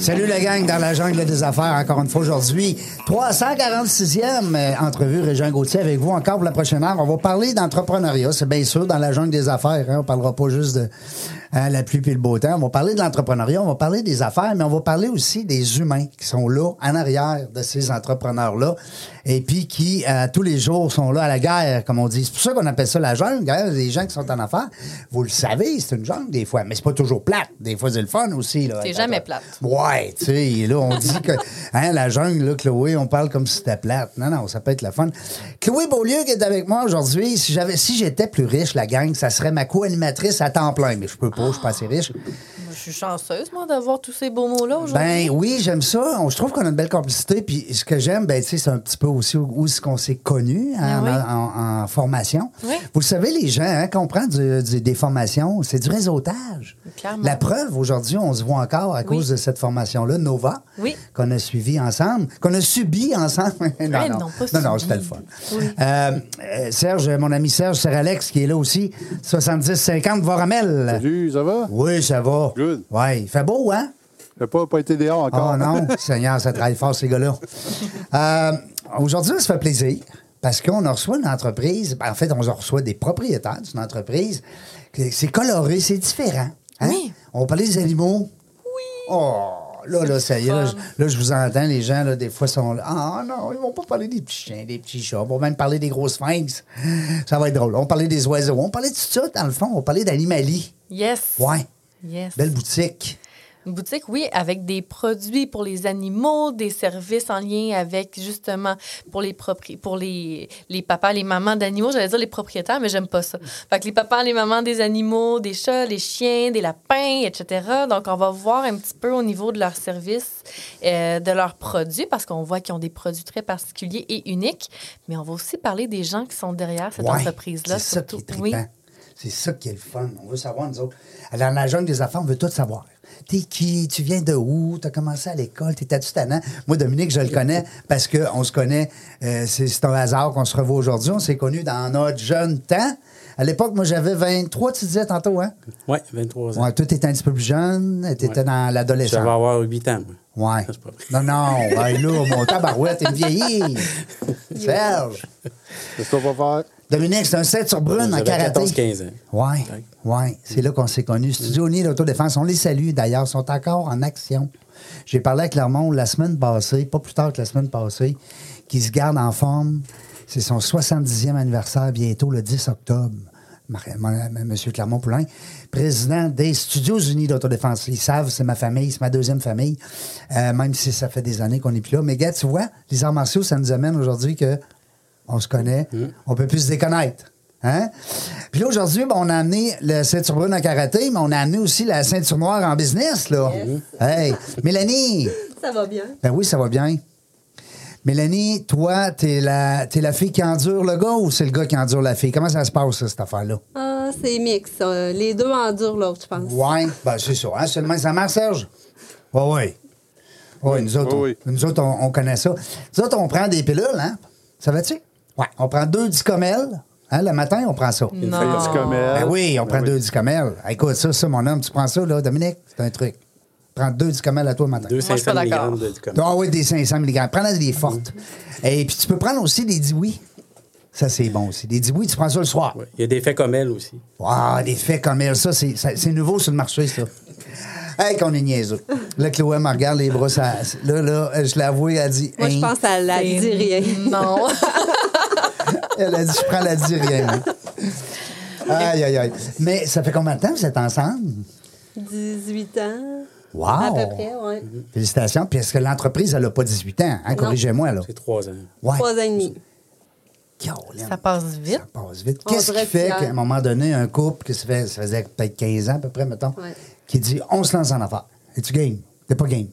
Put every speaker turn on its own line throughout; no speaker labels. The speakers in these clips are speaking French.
Salut la gang dans la jungle des affaires, encore une fois aujourd'hui. 346e euh, entrevue Régent Gauthier avec vous encore pour la prochaine heure. On va parler d'entrepreneuriat, c'est bien sûr dans la jungle des affaires. Hein, on parlera pas juste de hein, la pluie et le beau temps. On va parler de l'entrepreneuriat, on va parler des affaires, mais on va parler aussi des humains qui sont là, en arrière de ces entrepreneurs-là, et puis qui euh, tous les jours sont là à la guerre, comme on dit. C'est pour ça qu'on appelle ça la jungle, hein, les gens qui sont en affaires. Vous le savez, c'est une jungle des fois, mais c'est pas toujours plate. Des fois, c'est le fun aussi. là.
C'est jamais plate.
Ouais, tu sais, et là, on dit que hein, la jungle, là, Chloé, on parle comme si c'était plate. Non, non, ça peut être la fun. Chloé Beaulieu qui est avec moi aujourd'hui, si j'avais si j'étais plus riche, la gang, ça serait ma co-animatrice à temps plein. Mais je peux pas, je suis pas assez riche.
Moi, je suis chanceuse, moi, d'avoir tous ces beaux mots-là aujourd'hui.
Ben oui, j'aime ça. On- je trouve qu'on a une belle complicité. Puis ce que j'aime, ben, tu sais, c'est un petit peu aussi où, où est-ce qu'on s'est connus hein, en,
Ben oui.
en- en formation.
Oui.
Vous le savez, les gens, hein, quand on prend du- du- des formations, c'est du réseautage.
Clairement.
La preuve, aujourd'hui, on se voit encore à cause de cette formation-là, Nova,
Oui.
qu'on a suivi ensemble, qu'on a subi ensemble. non,
Ouais,
non,
non, pas
non, non,
subi.
c'était le fun.
Oui.
Euh, euh, Serge, mon ami Serge, Serge Alex, qui est là aussi, 70-50, Voramel.
Salut, ça va?
Oui, ça va.
Good.
Oui, il fait beau, hein?
J'ai pas, pas été dehors encore.
Oh non, Seigneur, ça travaille fort, ces gars-là. Euh, Aujourd'hui, ça fait plaisir parce qu'on en reçoit une entreprise. ben, en fait, on en reçoit des propriétaires d'une entreprise. que C'est coloré, c'est différent. hein?
Oui.
On parlait des animaux. Oui. Oh, là, là, ça y est. Là,
fun.
je- là, je vous entends, les gens, là, des fois, sont là. Ah non, ils vont pas parler des petits chiens, des petits chats. On va même parler des grosses sphinx. Ça va être drôle. On parlait des oiseaux. On parlait de tout ça, dans le fond. On parlait d'animalie.
Yes.
Ouais.
Yes.
Belle boutique.
Une boutique, oui, avec des produits pour les animaux, des services en lien avec justement pour les propri pour les, les papas, les mamans d'animaux. J'allais dire les propriétaires, mais j'aime pas ça. Fait que les papas, les mamans des animaux, des chats, des chiens, des lapins, etc. Donc, on va voir un petit peu au niveau de leurs services, euh, de leurs produits, parce qu'on voit qu'ils ont des produits très particuliers et uniques. Mais on va aussi parler des gens qui sont derrière cette
Ouais,
entreprise-là.
C'est ça qui est
surtout. Oui.
trippant. C'est ça qui est le fun. On veut savoir, nous autres. Dans la jungle des affaires, on veut tout savoir. T'es qui? Tu viens de où? T'as commencé à l'école? T'étais-tu tannant? Moi, Dominique, je le connais parce qu'on se connaît. euh, c'est c'est un hasard qu'on se revoit aujourd'hui. On s'est connus dans notre jeune temps. À l'époque, moi, j'avais 23, tu disais tantôt, hein?
Oui, 23 ans.
Ouais, toi, t'étais un petit peu plus jeune. T'étais
Ouais.
dans
je vais
l'adolescence.
avoir 8 ans, moi.
Ouais.
Ça, c'est pas vrai.
Non, non. Ben là, mon tabarouette, il vieillit. Serge.
Qu'est-ce qu'on va faire?
Dominique, c'est un 7 sur brune en
J'avais
karaté.
14-15 ans.
Oui,
Exact.
oui, c'est là qu'on s'est connus. Studio O'Neill Autodéfense, on les salue d'ailleurs, ils sont encore en action. J'ai parlé à Clermont la semaine passée, pas plus tard que la semaine passée, qui se garde en forme. C'est son 70e anniversaire bientôt, le 10 octobre. Mar- mon- M. Clermont-Poulain, président des Studios Unis d'Autodéfense. Ils savent, c'est ma famille, c'est ma deuxième famille, euh, même si ça fait des années qu'on n'est plus là. Mais gars, tu vois, les arts martiaux, ça nous amène aujourd'hui que on se connaît, on peut plus se déconnaître. Hein? Puis là, aujourd'hui, ben, on a amené la ceinture brune en karaté, mais on a amené aussi la ceinture noire en business. Là. Hey, Mélanie!
Ça va bien.
Ben oui, ça va bien. Mélanie, toi, t'es la, t'es la fille qui endure le gars ou c'est le gars qui endure la fille? Comment ça se passe, ça, cette affaire-là?
Ah, c'est mix. euh, les deux endurent l'autre, je pense.
Ouais, ben c'est ça. Hein? Seulement, ça marche, Serge? Oui, oui. Oui, nous autres,
oui,
on, nous autres on, on connaît ça. Nous autres, on prend des pilules, hein? Ça va-tu? Oui. On prend deux dicomels, hein, le matin, on prend ça.
Non.
Fait du commerce.
Ben oui, on
Ben
prend
oui.
deux dicomels. Écoute, ça, ça, mon homme, tu prends ça, là, Dominique, c'est un truc. Prends deux dicomels à toi le matin.
Deux
Moi, je suis
500
pas d'accord.
mg de du commun.
Ah oui, des 500 mg. Prends-la des fortes. Et puis, tu peux prendre aussi des 10 oui. Ça, c'est bon aussi. Des 10 oui, tu prends ça le soir.
Ouais. Il y a des faits comme elle aussi.
Ah, des faits comme elle, ça, c'est ça- c'est nouveau sur le marché, ça. Hey, qu'on est niaiseux. Là, Chloé me regarde les bras. ça- là, là, je l'avoue, elle a dit.
Moi, je
hein.
pense à la
C'est-
dit rien.
Non.
Elle a dit, je prends la dit rien. hein. Aïe, aïe, aïe. Mais ça fait combien de temps que vous êtes ensemble?
18 ans.
Wow!
À peu près, oui.
Félicitations. Puis est-ce que l'entreprise, elle n'a pas 18 ans? Hein?
Non.
Corrigez-moi, là.
C'est trois ans.
Ouais.
Trois ans et demi.
Caroline,
Ça passe vite.
ça passe vite.
On
Qu'est-ce qui
dirait
fait
fier.
qu'à un moment donné, un couple, que ça, fait- ça faisait peut-être 15 ans à peu près, mettons,
Ouais.
qui dit on se lance en affaires. Et tu game? T'es pas game.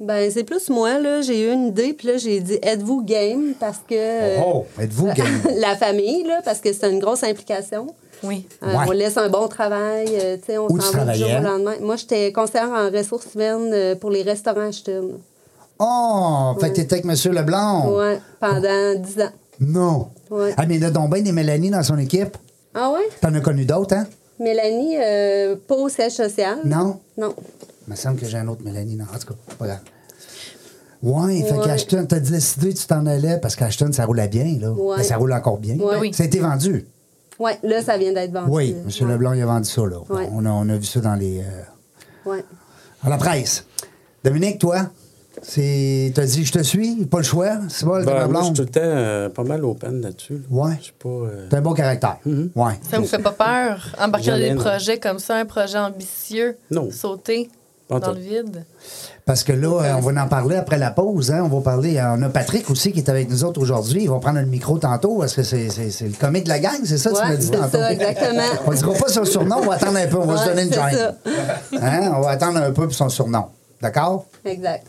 Ben, c'est plus moi, là. J'ai eu une idée, puis là, j'ai dit êtes-vous game Parce que. euh,
Oh, êtes-vous game?
la famille, là, parce que c'est une grosse implication.
Oui.
Euh,
Ouais.
On laisse un bon travail, euh, tu sais, on
Où
s'en
tu
va du jour au
travaillais?
lendemain. Moi, j'étais conseillère en ressources humaines euh, pour les restaurants Ashton.
Oh, fait que t'étais avec M. Leblanc.
Ouais, pendant 10 ans.
Non.
Ouais.
Ah, mais il y en a donc bien des Mélanie dans son équipe.
Ah ouais?
T'en as connu d'autres, hein?
Mélanie, euh, pas au siège social.
Non?
Non.
Il me semble que j'ai un autre Mélanie. Non, en tout cas, pas grave. Ouais, fait
Ouais.
qu'Ashton, t'as décidé que tu t'en allais parce qu'Ashton, ça roulait bien, là.
Ouais.
Ben, ça roule encore bien.
Ouais.
Oui.
Ça a été vendu.
Ouais, là, ça vient d'être vendu.
Oui, M.
Ouais.
Leblanc, il a vendu ça, là.
Ouais.
On, a, on a vu ça dans les. euh,
Ouais.
à la presse. Dominique, toi, c'est. T'as dit, je te suis, pas le choix. C'est pas le
Ben, moi, je suis
blonde.
tout le temps euh, pas mal open là-dessus. là.
Ouais.
Je suis pas. euh,
T'as un bon caractère. Ouais.
Ça vous fait pas peur, embarquer dans des
Jamais, non.
projets comme ça, un projet ambitieux,
Non.
sauter
Pas
dans
tout.
le vide?
Parce que là, euh, on va en parler après la pause. hein. On va parler. On a Patrick aussi qui est avec nous autres aujourd'hui. Il va prendre le micro tantôt. Est-ce que c'est c'est- c'est le comique de la gang? C'est ça que tu
Ouais,
me dis
c'est
tantôt?
ça, exactement.
On ne dira pas son surnom. On va attendre un peu. On va se
Ouais,
donner une
c'est
joint. Hein? On va attendre un peu pour son surnom. D'accord?
Exact.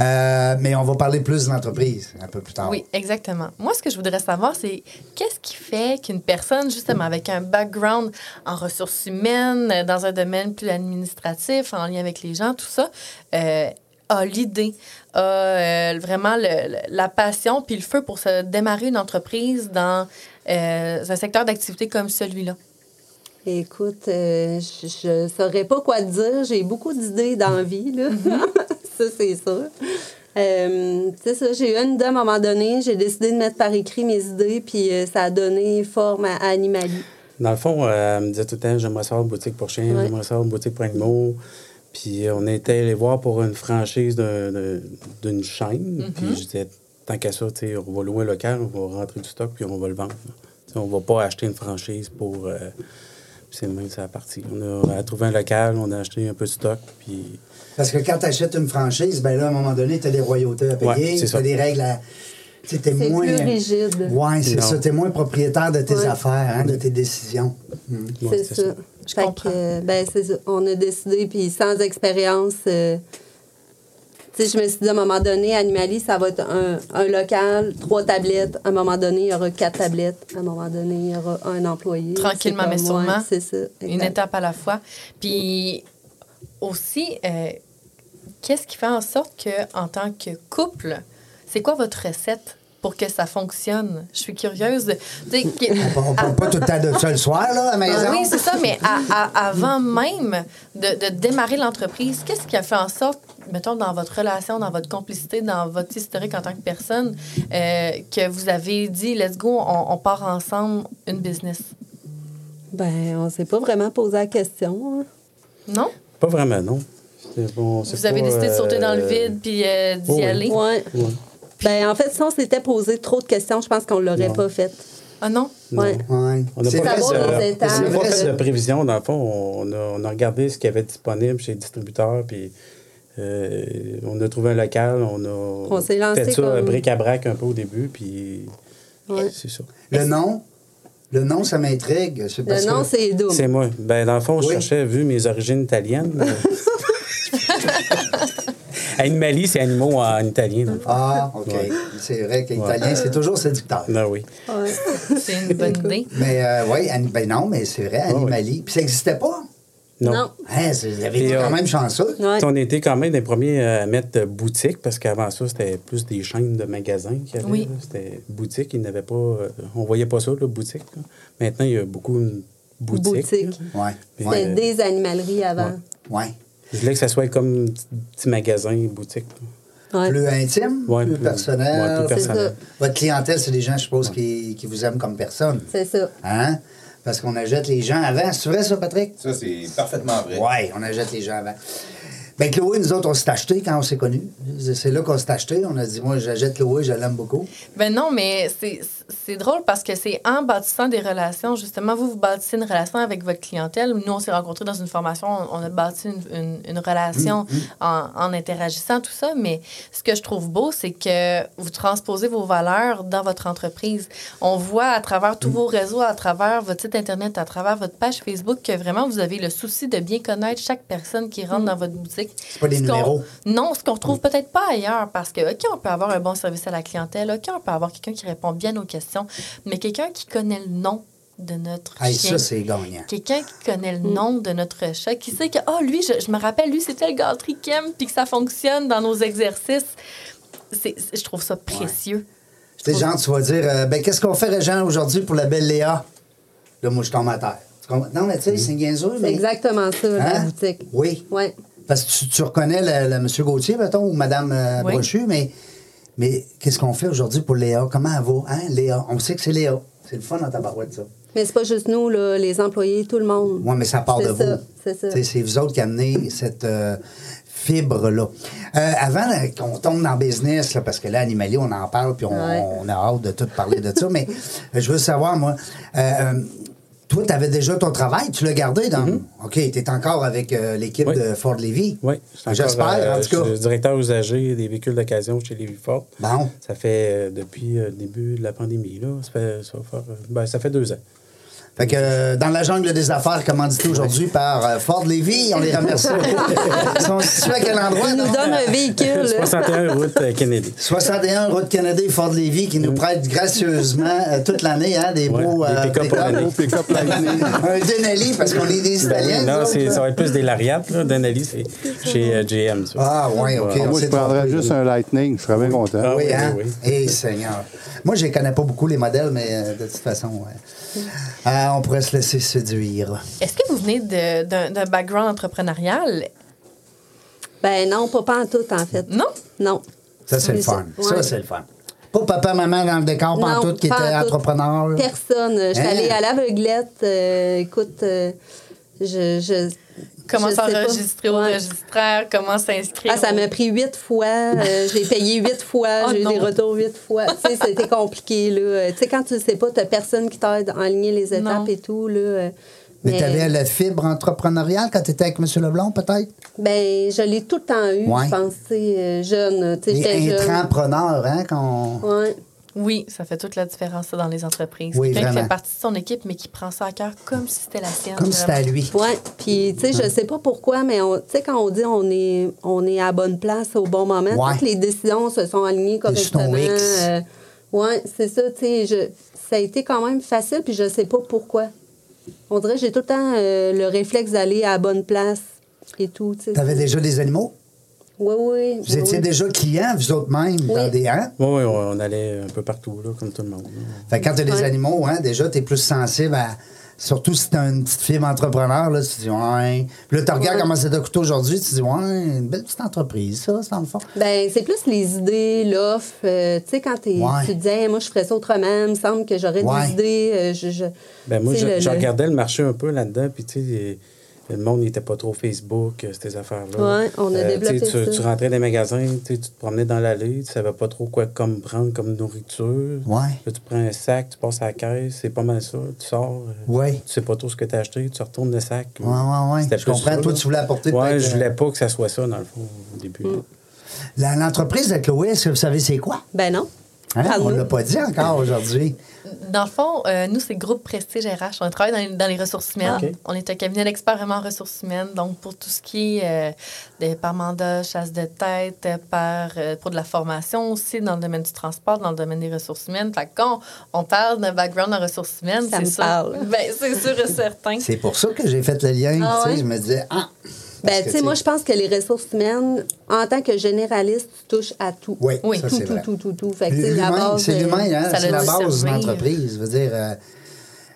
Euh, mais on va parler plus de l'entreprise un peu plus
Ah.
tard.
Oui, exactement. Moi, ce que je voudrais savoir, c'est qu'est-ce qui fait qu'une personne, justement, avec un background en ressources humaines, euh, dans un domaine plus administratif, en lien avec les gens, tout ça, euh, a l'idée, a euh, vraiment le- le- la passion puis le feu pour se démarrer une entreprise dans euh, un secteur d'activité comme celui-là.
Écoute, euh, je ne saurais pas quoi te dire. J'ai beaucoup d'idées d'envie, là.
Mm-hmm.
ça, c'est sûr. Euh, tu sais ça, j'ai eu une idée à un moment donné. J'ai décidé de mettre par écrit mes idées, puis euh, ça a donné forme à Animalie.
Dans le fond, euh, elle me disait tout le temps j'aimerais ça avoir une boutique pour chiens,
Ouais.
j'aimerais ça avoir une boutique pour animaux. Puis euh, on était allé voir pour une franchise d'un- d'un- d'une chaîne.
Mm-hmm.
Puis je disais tant qu'à ça, tu sais, on va louer le car, on va rentrer du stock, puis on va le vendre. Tu sais, on va pas acheter une franchise pour. euh, puis c'est le même, c'est la partie. On a, trouvé un local, on a acheté un peu de stock, puis
Parce que quand tu achètes une franchise, ben là, à un moment donné, tu as des royautés à payer,
Ouais, c'est
tu as
ça.
des règles à. Tu es
C'est
moins.
plus rigide.
Oui, c'est
Non.
ça. Tu es moins propriétaire de tes
Ouais.
affaires, hein, de tes décisions.
Ouais,
c'est
c'est
ça.
ça.
Je
Fait
comprends.
que, euh, ben, c'est ça. On a décidé, puis sans expérience, euh, tu sais, je me suis dit à un moment donné, Animalie, ça va être un, un local, trois tablettes. À un moment donné, il y aura quatre tablettes. À un moment donné, il y aura un employé.
Tranquillement,
C'est
mais
comme, ouais,
sûrement.
c'est ça.
une
exact.
étape à la fois. Puis aussi, euh, qu'est-ce qui fait en sorte que en tant que couple, c'est quoi votre recette pour que ça fonctionne Je suis curieuse. de- tu sais, que- Ah
On parle pas tout le temps de ça le soir, là, à la
Ah
maison.
oui, c'est ça, mais à- à- avant même de, de démarrer l'entreprise, qu'est-ce qui a fait en sorte, mettons, dans votre relation, dans votre complicité, dans votre historique en tant que personne, euh, que vous avez dit, let's go, on, on part ensemble une business?
Ben, on s'est pas vraiment posé la question. hein.
Non?
Pas vraiment, non. C'est- on s'est
Vous avez
pas,
décidé de sauter dans le
euh,
vide puis euh, d'y
oh oui.
aller?
Ouais.
Ouais.
Ben, en fait, si on s'était posé trop de questions, je pense qu'on l'aurait
Non.
pas fait.
Ah non?
Ouais.
Ouais.
On n'a
C'est
pas,
vrai,
Ça
fait, de-
va dans les
on n'a
étapes.
pas fait de prévision. Dans le fond, on a, on a regardé ce qu'il y avait disponible chez les distributeurs, puis euh, on a trouvé un local. On a
On s'est lancé
fait ça
comme-
bric à brac un peu au début, puis
Ouais.
c'est ça.
Le nom, le nom, ça m'intrigue. c'est parce
Le nom,
que-
c'est Doom.
C'est moi. Ben, dans le fond, je
Oui.
cherchais, vu mes origines italiennes. euh, Animali, c'est animaux en italien. dans le fond.
Ah, OK. C'est vrai qu'italien, c'est toujours séducteur.
Ah.
Ben oui.
Ouais.
C'est une bonne idée.
Mais oui, ben non, mais c'est vrai,
Ah oui.
Animalie. Puis ça n'existait pas.
Non.
Non.
Hein, c'est- vous avez
Et,
été quand
euh,
même chanceux.
Ouais.
On était quand même les premiers à mettre boutique, parce qu'avant ça, c'était plus des chaînes de magasins qui avaient.
Oui.
là. C'était boutique, ils n'avaient pas. euh, On voyait pas ça, là, boutique. là. Maintenant, il y a beaucoup de boutiques.
Boutique.
là.
Oui,
Puis,
C'était
euh,
des animaleries avant.
oui.
Je voulais que ça soit comme un petit- petit magasin, boutique. là.
Ouais.
Plus intime,
Ouais,
plus,
plus-
personnel.
ouais, plus
personnel.
Votre clientèle, c'est des gens, je suppose, qui, qui vous aiment comme personne.
C'est ça.
Hein? Parce qu'on achète les gens avant. C'est vrai, ça, Patrick?
Ça, c'est parfaitement vrai.
Oui, on achète les gens avant. Ben, Chloé, nous autres, on s'est acheté quand on s'est connus. C'est là qu'on s'est acheté. On a dit, moi, j'achète Chloé, je l'aime beaucoup.
Ben non, mais c'est- c'est drôle parce que c'est en bâtissant des relations, justement, vous, vous bâtissez une relation avec votre clientèle. Nous, on s'est rencontrés dans une formation, on, on a bâti une, une- une
Mm,
relation en, en interagissant, tout ça. Mais ce que je trouve beau, c'est que vous transposez vos valeurs dans votre entreprise. On voit à travers
Mm.
tous vos réseaux, à travers votre site Internet, à travers votre page Facebook, que vraiment, vous avez le souci de bien connaître chaque personne qui rentre dans votre boutique.
Mm. C'est pas des
Ce qu'on-
numéros.
non, ce qu'on retrouve peut-être pas ailleurs, parce que, OK, on peut avoir un bon service à la clientèle, OK, on peut avoir quelqu'un qui répond bien aux questions, mais quelqu'un qui connaît le nom de notre
Hey,
chien.
ça, c'est gagnant.
Quelqu'un qui connaît
Mm.
le nom de notre chat, qui sait que, ah, oh, lui, je, je me rappelle, lui, c'est telle gâterie qu'il aime, puis que ça fonctionne dans nos exercices. C'est, c'est- je trouve ça précieux.
Tu sais, Jean, tu vas dire, euh, ben, qu'est-ce qu'on fait, Régent, aujourd'hui pour la belle Léa? Là, moi, je tombe à terre. Tu comprends? Non, mais tu sais, c'est une niaiseux,
C'est
mais...
exactement ça, la
Hein?
boutique.
Oui.
Ouais.
Parce que tu, tu reconnais le, le monsieur Gauthier, mettons, ou madame euh,
Oui.
Brochu, mais, mais qu'est-ce qu'on fait aujourd'hui pour Léa? Comment elle va? Hein, Léa? On sait que c'est Léa. C'est le fun dans ta barouette, ça.
Mais c'est pas juste nous, là, les employés, tout le monde.
Oui, mais ça part
C'est
de
ça,
vous.
c'est ça.
Tu sais, C'est vous autres qui amenez cette euh, fibre-là. Euh, avant là, qu'on tombe dans le business, là, parce que là, Animalie, on en parle, puis on,
Ouais.
on a hâte de tout parler de ça, mais je veux savoir, moi, euh, toi, tu avais déjà ton travail, tu l'as gardé dans. OK, tu es encore avec euh, l'équipe
Mm-hmm. Oui.
de Ford Lévy.
Oui, je suis encore,
J'espère,
euh,
en
je suis
tout cas. Ben.
directeur usager des véhicules d'occasion chez Lévis Fort.
Bon.
Ça fait euh, depuis euh, le début de la pandémie, là. Ça fait, ça va faire, euh, ben, ça fait deux ans.
Fait que euh, dans la jungle des affaires, commandité aujourd'hui par euh, Ford Lévy, on les remercie. Ils sont situés à quel endroit?
Ils nous
donc?
donnent un véhicule.
61 route euh, Kennedy.
61 Route Canada et Ford Lévy qui nous prêtent gracieusement euh, toute l'année hein, des
Ouais,
beaux
des
euh,
pick-up pour l'année. Ben
Gros pick-up Lightning.
Un Denali parce qu'on est des Italiens. nous
Non,
autres,
c'est-
là.
ça va être plus des lariats, là, d'analyse c'est chez euh, GM. ça.
Ah, ouais, OK. on
Moi, je
s'est
prendrais
trompé.
juste un Lightning. Je serais bien content.
Ah
Oui,
oui,
hein?
oui,
Eh, Seigneur. Moi, je ne connais pas beaucoup les modèles, mais euh, de toute façon, ouais. Ah, on pourrait se laisser séduire.
Est-ce que vous venez de- d'un, d'un background entrepreneurial?
Ben non, pas, pas en tout, en fait.
Non?
Non.
Ça, c'est le
Mais ça-
fun. Ça,
ouais.
c'est le fun. Pas papa, maman dans le décor, pas
Non,
tout, qui
pas
était
en tout.
entrepreneur. là.
Personne. Je suis
Hein?
allée à l'aveuglette. euh, écoute, euh, je. je
Comment
je sais pas.
s'enregistrer au
Ouais.
registraire? Comment s'inscrire?
Ah, ça
au-
m'a pris huit fois. euh, j'ai payé huit fois.
Oh
j'ai eu
non.
des retours huit fois. tu sais, c'était compliqué, là. Euh, Tu sais, quand tu le sais pas, t'as personne qui t'aide à enligner les étapes
Non.
et tout, là. euh,
Mais, tu avais la fibre entrepreneuriale quand tu étais avec M. Leblanc, peut-être?
Ben, je l'ai tout le temps eu,
Ouais.
je pense, tu sais, euh, jeune. Tu sais, j'étais
Les
jeune.
intrapreneurs, hein, qu'on.
Ouais.
Oui, ça fait toute la différence ça, dans les entreprises.
Oui,
Quelqu'un qui
vraiment.
fait partie de son équipe, mais qui prend ça à cœur comme si c'était la sienne.
Comme si c'était
vraiment.
à lui.
Ouais, puis tu sais,
Hein?
je sais pas pourquoi, mais on- tu sais, quand on dit on est, on est à la bonne place au bon moment,
Ouais.
toutes les décisions se sont alignées
sur ton
correctement.
X.
euh, ouais, c'est ça, tu sais, je- ça a été quand même facile, puis je sais pas pourquoi. On dirait que j'ai tout le temps euh, le réflexe d'aller à la bonne place et tout, tu sais.
Tu avais déjà des animaux?
Oui, oui.
Vous étiez déjà clients, vous autres mêmes, dans
Oui.
des. Hein?
Oui, oui, on allait un peu partout, là, comme tout le monde. là.
Fait que quand tu as des
Ouais.
animaux, hein, déjà, tu es plus sensible à. Surtout si tu as une petite fibre entrepreneur, là, tu dis, ouais. Puis là, tu regardes
Ouais.
comment ça t'a coûté aujourd'hui, tu dis, ouais, une belle petite entreprise, ça, c'est dans le fond.
Ben, c'est plus les idées, l'offre. euh, tu sais, quand t'es-
Ouais.
tu te dis, Hey, moi, je ferais ça autrement, il me semble que j'aurais
Ouais.
des idées. euh, je, je-
Ben, moi,
tu
je,
sais, le-
je
le-
regardais le marché un peu là-dedans, puis tu sais, les- le monde n'était pas trop Facebook, euh, ces affaires-là.
Ouais, on
tu
a
sais,
développé
tu,
ça.
tu rentrais dans les magasins, tu sais, tu te promenais dans l'allée, tu savais pas trop quoi comme prendre comme nourriture.
Ouais.
Là, tu prends un sac, tu passes à la caisse, c'est pas mal ça. Tu sors, euh,
Ouais.
tu sais pas trop ce que tu as acheté, tu retournes le sac.
Ouais, ouais, ouais.
C'était
Je
plus
comprends.
ça,
Toi,
là.
tu voulais apporter
Ouais,
peut-être,
je
euh, Mm.
voulais pas que ça soit ça, dans le fond, au début.
La- L'entreprise de Chloé, est-ce que vous savez c'est quoi?
Ben non.
Hein? On
Parle-nous.
l'a pas dit encore aujourd'hui.
Dans le fond, euh, nous, c'est Groupe Prestige RH. On travaille dans les, dans les ressources humaines.
OK.
On est un cabinet d'experts vraiment en ressources humaines. Donc, pour tout ce qui est euh, de- par mandat, chasse de tête, euh, par, euh, pour de la formation aussi dans le domaine du transport, dans le domaine des ressources humaines. Fait que quand on parle d'un background en ressources humaines,
Ça
c'est
me
sûr.
parle.
Ben, c'est sûr et certain.
C'est pour ça que j'ai fait le lien. tu
Ah
sais,
ouais?
Je me disais, ah. Parce
Ben,
que,
tu sais, moi, je pense que les ressources humaines, en tant que généraliste, tu touches à tout.
Oui,
Oui.
ça,
tout,
c'est
tout,
vrai.
tout, tout, tout. Fait que, tu sais, la
L'humain,
base,
c'est
euh,
l'humain, hein,
ça
c'est
l'a
la
dit
base d'une
servir.
entreprise. Je veux dire, euh,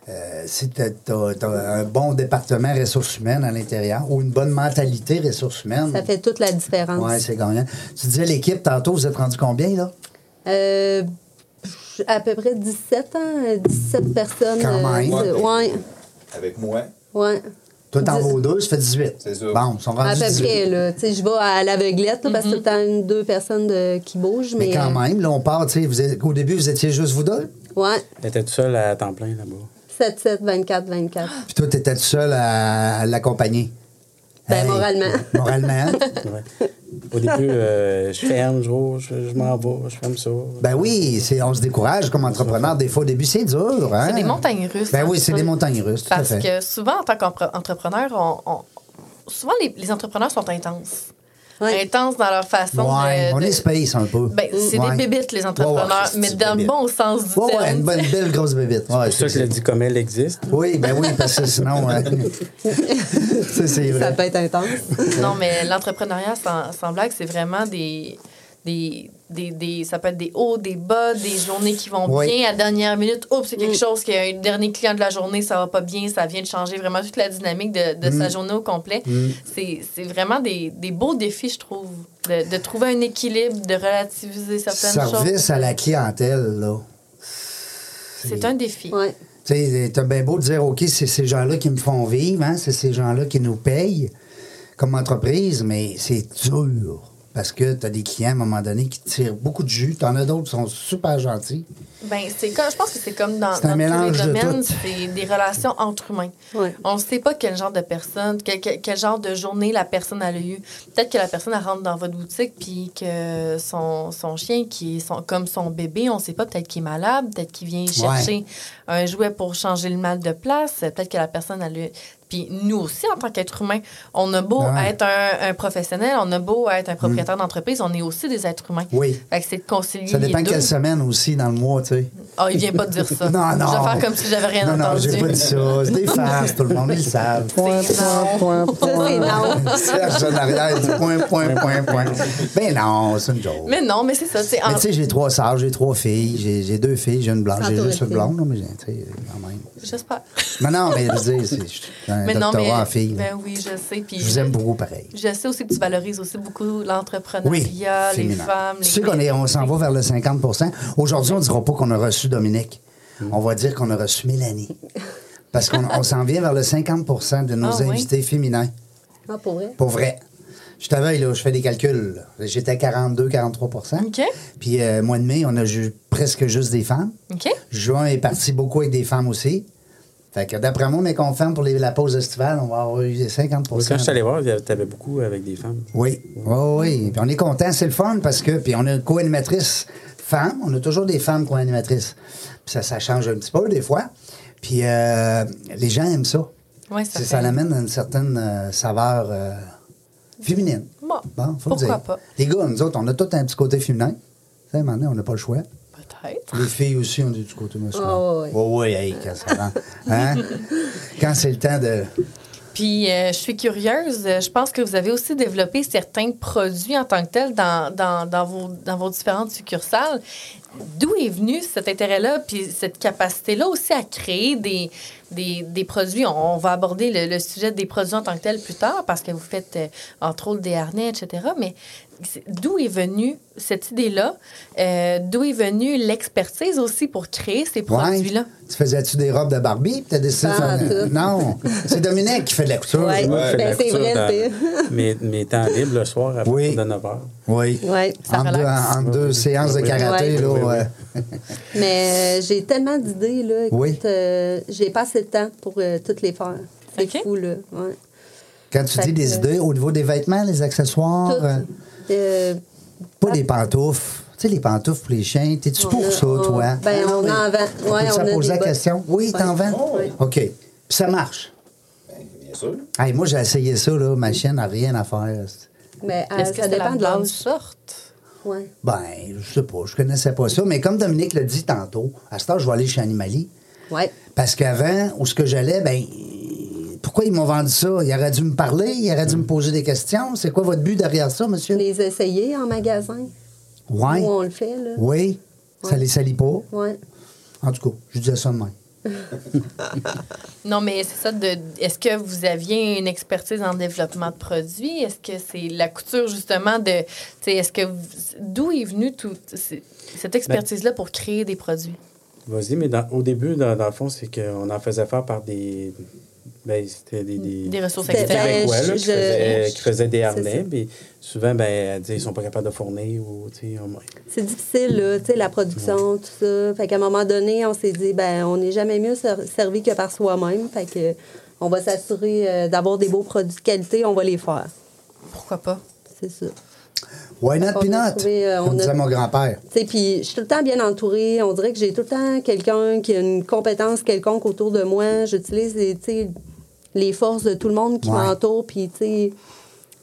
euh, si tu as, un bon département ressources humaines à l'intérieur ou une bonne mentalité ressources humaines,
Ça fait toute la différence.
ouais, c'est gagnant. Tu disais l'équipe, tantôt, vous êtes rendu combien, là?
Euh, à peu près 17 ans, 17 personnes.
Euh,
Quand même.
euh, ouais,
Avec moi,
ouais.
Toi, t'en
Dix-
vas aux deux, ça fait 18.
C'est ça.
Bon, ils sont rendus
À peu
18.
près, là. Tu sais, je vais à l'aveuglette, là, parce que c'est tout le temps deux personnes de- qui bougent, mais. euh,
Mais quand même, là, on part, tu sais, vous êtes- au début, vous étiez juste vous deux.
Ouais.
T'étais tout seul à temps plein là-bas.
7, 7, 24, 24.
Puis toi, t'étais tout seul à, à l'accompagner.
Ben, moralement.
Moralement.
Ouais. Au début, euh, je ferme, je roule, je, je m'en vais, je ferme ça.
ben oui, c'est, on se décourage comme entrepreneur. Des fois, au début, c'est dur. hein?
C'est des montagnes russes.
Ben oui, c'est
hein.
des montagnes russes, tout à
Parce
fait.
que souvent, en tant qu'entrepreneur, on, on- souvent, les, les entrepreneurs sont intenses.
Ouais.
Intenses dans leur façon
Ouais,
de-
on
euh, de-
est space un peu.
Ben, c'est
Ouais.
des bébites, les entrepreneurs,
Ouais, ouais, c'est
mais
des
dans le
bébites.
bon sens du
Ouais,
terme.
ouais, une bonne, belle grosse bébite. Ouais,
C'est ça que
c'est-
le dit comme elle existe.
Oui, ben oui, parce que sinon. hein, ça, c'est
Ça
vrai.
peut être intense.
Non, mais l'entrepreneuriat, sans, sans blague, c'est vraiment des, des, des, des- Ça peut être des hauts, des bas, des journées qui vont
Oui.
bien. À la dernière minute, oups, c'est quelque chose qui est un dernier client de la journée, ça va pas bien, ça vient de changer vraiment toute la dynamique de, de
Mm.
sa journée au complet. C'est- C'est vraiment des, des beaux défis, je trouve, de, de trouver un équilibre, de relativiser certaines
Service
choses.
à la clientèle, là.
C'est un défi.
Ouais.
Tu sais, euh, t'as bien beau de dire, OK, c'est ces gens-là qui me font vivre, hein, c'est ces gens-là qui nous payent comme entreprise, mais c'est dur. Parce que t'as des clients, à un moment donné, qui tirent beaucoup de jus. T'en as d'autres qui sont super gentils.
Ben, c'est comme, je pense que c'est comme dans,
C'est un
dans
mélange
tous
de
les domaines,
tout.
c'est des relations entre humains.
Ouais.
On ne sait pas quel genre de personne, quel, quel- quel genre de journée la personne elle a eu. Peut-être que la personne elle rentre dans votre boutique puis que son, son chien qui est son- comme son bébé, on ne sait pas peut-être qu'il est malade, peut-être qu'il vient chercher un jouet pour changer le mal de place, peut-être que la personne elle a eu- puis nous aussi, en tant qu'être humain, on a beau
Ah Ouais. Mm.
être un, un professionnel, on a beau être un propriétaire d'entreprise, on est aussi des êtres humains.
Oui.
Fait que c'est de concilier
Ça dépend
les deux.
quelle semaine aussi dans le mois, tu sais.
Ah, il vient pas de dire ça.
Non, non.
Je vais faire comme si j'avais rien
non, non,
entendu.
j'ai pas dit ça. C'est des farces, tout le monde, ils le savent.
Point,
C'est non.
point, point,
Ça,
point.
c'est non.
Serge en arrière, il dit point, point, point, point. Ben non, c'est une joke.
Mais non, mais c'est ça. c'est en-
Mais tu sais, j'ai trois sœurs, j'ai trois filles, j'ai j'ai deux filles, j'ai une blonde, j'ai
Entouré
juste une
de filles.
blonde, là, mais j'ai- tu sais, quand même.
J'espère.
Non, non, mais je veux dire, c'est je suis un
Mais non,
doctorat
mais.
en filles. là.
Ben oui, je sais. Puis
je vous aime beaucoup pareil.
Je sais aussi que tu valorises aussi beaucoup
Oui,
l'entrepreneuriat, les
féminin.
femmes, les.
Tu sais qu'on est- on s'en va vers le 50 Aujourd'hui, on ne dira pas qu'on a reçu Dominique.
Hmm.
On va dire qu'on a reçu Mélanie. Parce qu'on on s'en vient vers le 50 de nos
Ah oui?
invités féminins.
Ah, pour vrai.
Pour vrai. Je t'avais, là, je fais des calculs. là. J'étais à 42-43
OK.
Puis, euh, mois de mai, on a ju- presque juste des femmes.
OK?
Juin est parti beaucoup avec des femmes aussi. Fait que d'après moi, mais qu'on ferme pour les- la pause estivale, on va avoir eu 50
Parce que Quand je suis allé voir, il y avait- t'avais beaucoup avec des femmes.
Oui, oui, oui. Puis on est content, c'est le fun parce que. Puis on a une co-animatrice femme. On a toujours des femmes co-animatrices. Puis ça, ça change un petit peu des fois. Puis euh, les gens aiment ça.
Oui, ça
Ça,
fait.
ça l'amène à une certaine euh, saveur euh, féminine.
Bon,
faut
pourquoi
le dire.
pas?
Les gars, nous autres, on a tout un petit côté féminin. Tu sais, à un moment donné, on n'a pas le choix.
Peut-être.
Les filles aussi, on est du côté masculin.
Ah ouais, ouais.
Oh, oui, hey, quand ça rentre. Hein? quand c'est le temps de.
Puis, euh, je suis curieuse. euh, Je pense que vous avez aussi développé certains produits en tant que tels dans, dans, dans vos, dans vos différentes succursales. D'où est venu cet intérêt-là, puis cette capacité-là aussi à créer des, des, des produits? On, on va aborder le, le sujet des produits en tant que tels plus tard, parce que vous faites, euh, entre autres, des harnais, etc. Mais c'est- d'où est venue cette idée-là? Euh, d'où est venue l'expertise aussi pour créer ces
Ouais.
produits-là?
Tu faisais-tu des robes de Barbie? Puis t'as décidé de
Pas
faire-
en tout.
Non. C'est Dominique qui fait de la couture.
Ouais.
Moi, je fais de
Ben,
la
c'est
couture
vrai,
dans mes, mes temps libres le soir à partir
Oui.
de 9h.
Oui.
Ouais.
Ça
En deux,
relaxe.
en deux séances de karaté,
Ouais.
là.
Oui, oui.
ouais.
Mais euh, j'ai tellement d'idées, là. Écoute,
Oui.
euh, j'ai pas assez de temps pour euh, toutes les faire. C'est
Ok.
fou, là. Ouais.
Quand tu
Fait
dis des
que-
idées, au niveau des vêtements, des accessoires,
Toutes.
euh,
Euh,
pas des pantoufles. Tu sais, les pantoufles pour les chiens, t'es-tu
on
pour
a-
ça,
on-
toi?
Ben,
Ah, non,
on
mais-
en vend. Ouais,
on peut
on
ça poser
a des
la
bottes.
question? Oui, t'en
Ouais.
vends?
Oui.
OK. Puis ça marche.
Bien sûr.
Hey, moi, j'ai essayé ça, là. Ma chienne n'a rien à faire.
Mais euh,
Est-ce que
ça
c'est la
dépend de
bonne
l'âge.
sorte?
Ouais.
Ben, je sais pas, je connaissais pas ça. Mais comme Dominique l'a dit tantôt, à ce temps, je vais aller chez Animalie.
Ouais.
Parce qu'avant, où ce que j'allais, ben, pourquoi ils m'ont vendu ça? Ils auraient dû me parler, ils auraient dû me poser des questions. C'est quoi votre but derrière ça, monsieur?
Les essayer en magasin.
Ouais.
Où on le fait, là.
Oui. Ça
Ouais.
les salit pas.
Ouais.
En tout cas, je disais ça de même.
Non, mais c'est ça. De, est-ce que vous aviez une expertise en développement de produits? Est-ce que c'est la couture, justement, de. tu sais, Est-ce que vous- d'où est venue tout, c'est- cette
Ben,
expertise-là pour créer des produits?
Vas-y, mais dans- au début, dans, dans le fond, c'est qu'on en faisait faire par des, Ben, c'était des, des,
Des ressources
des
externes.
Québécois là,
Ben,
qui,
je-
faisaient,
je-
qui faisaient des
c'est
harnais.
ça.
Puis souvent, ben, elle disait, ils sont pas capables de fournir. Ou, tu sais, on-
C'est difficile, là, tu sais, la production, tout ça. Fait qu'à un moment donné, on s'est dit, ben, on n'est jamais mieux ser- servi que par soi-même. Fait que euh, on va s'assurer euh, d'avoir des beaux produits de qualité, on va les faire.
Pourquoi pas?
C'est ça.
Why not
On a
peanut?
trouvé, euh, on
Comme
a-
disait mon grand-père.
Tu sais, puis je suis tout le temps bien entourée. On dirait que j'ai tout le temps quelqu'un qui a une compétence quelconque autour de moi. J'utilise les, tu sais, les forces de tout le monde qui
Ouais.
m'entoure. Puis, tu sais,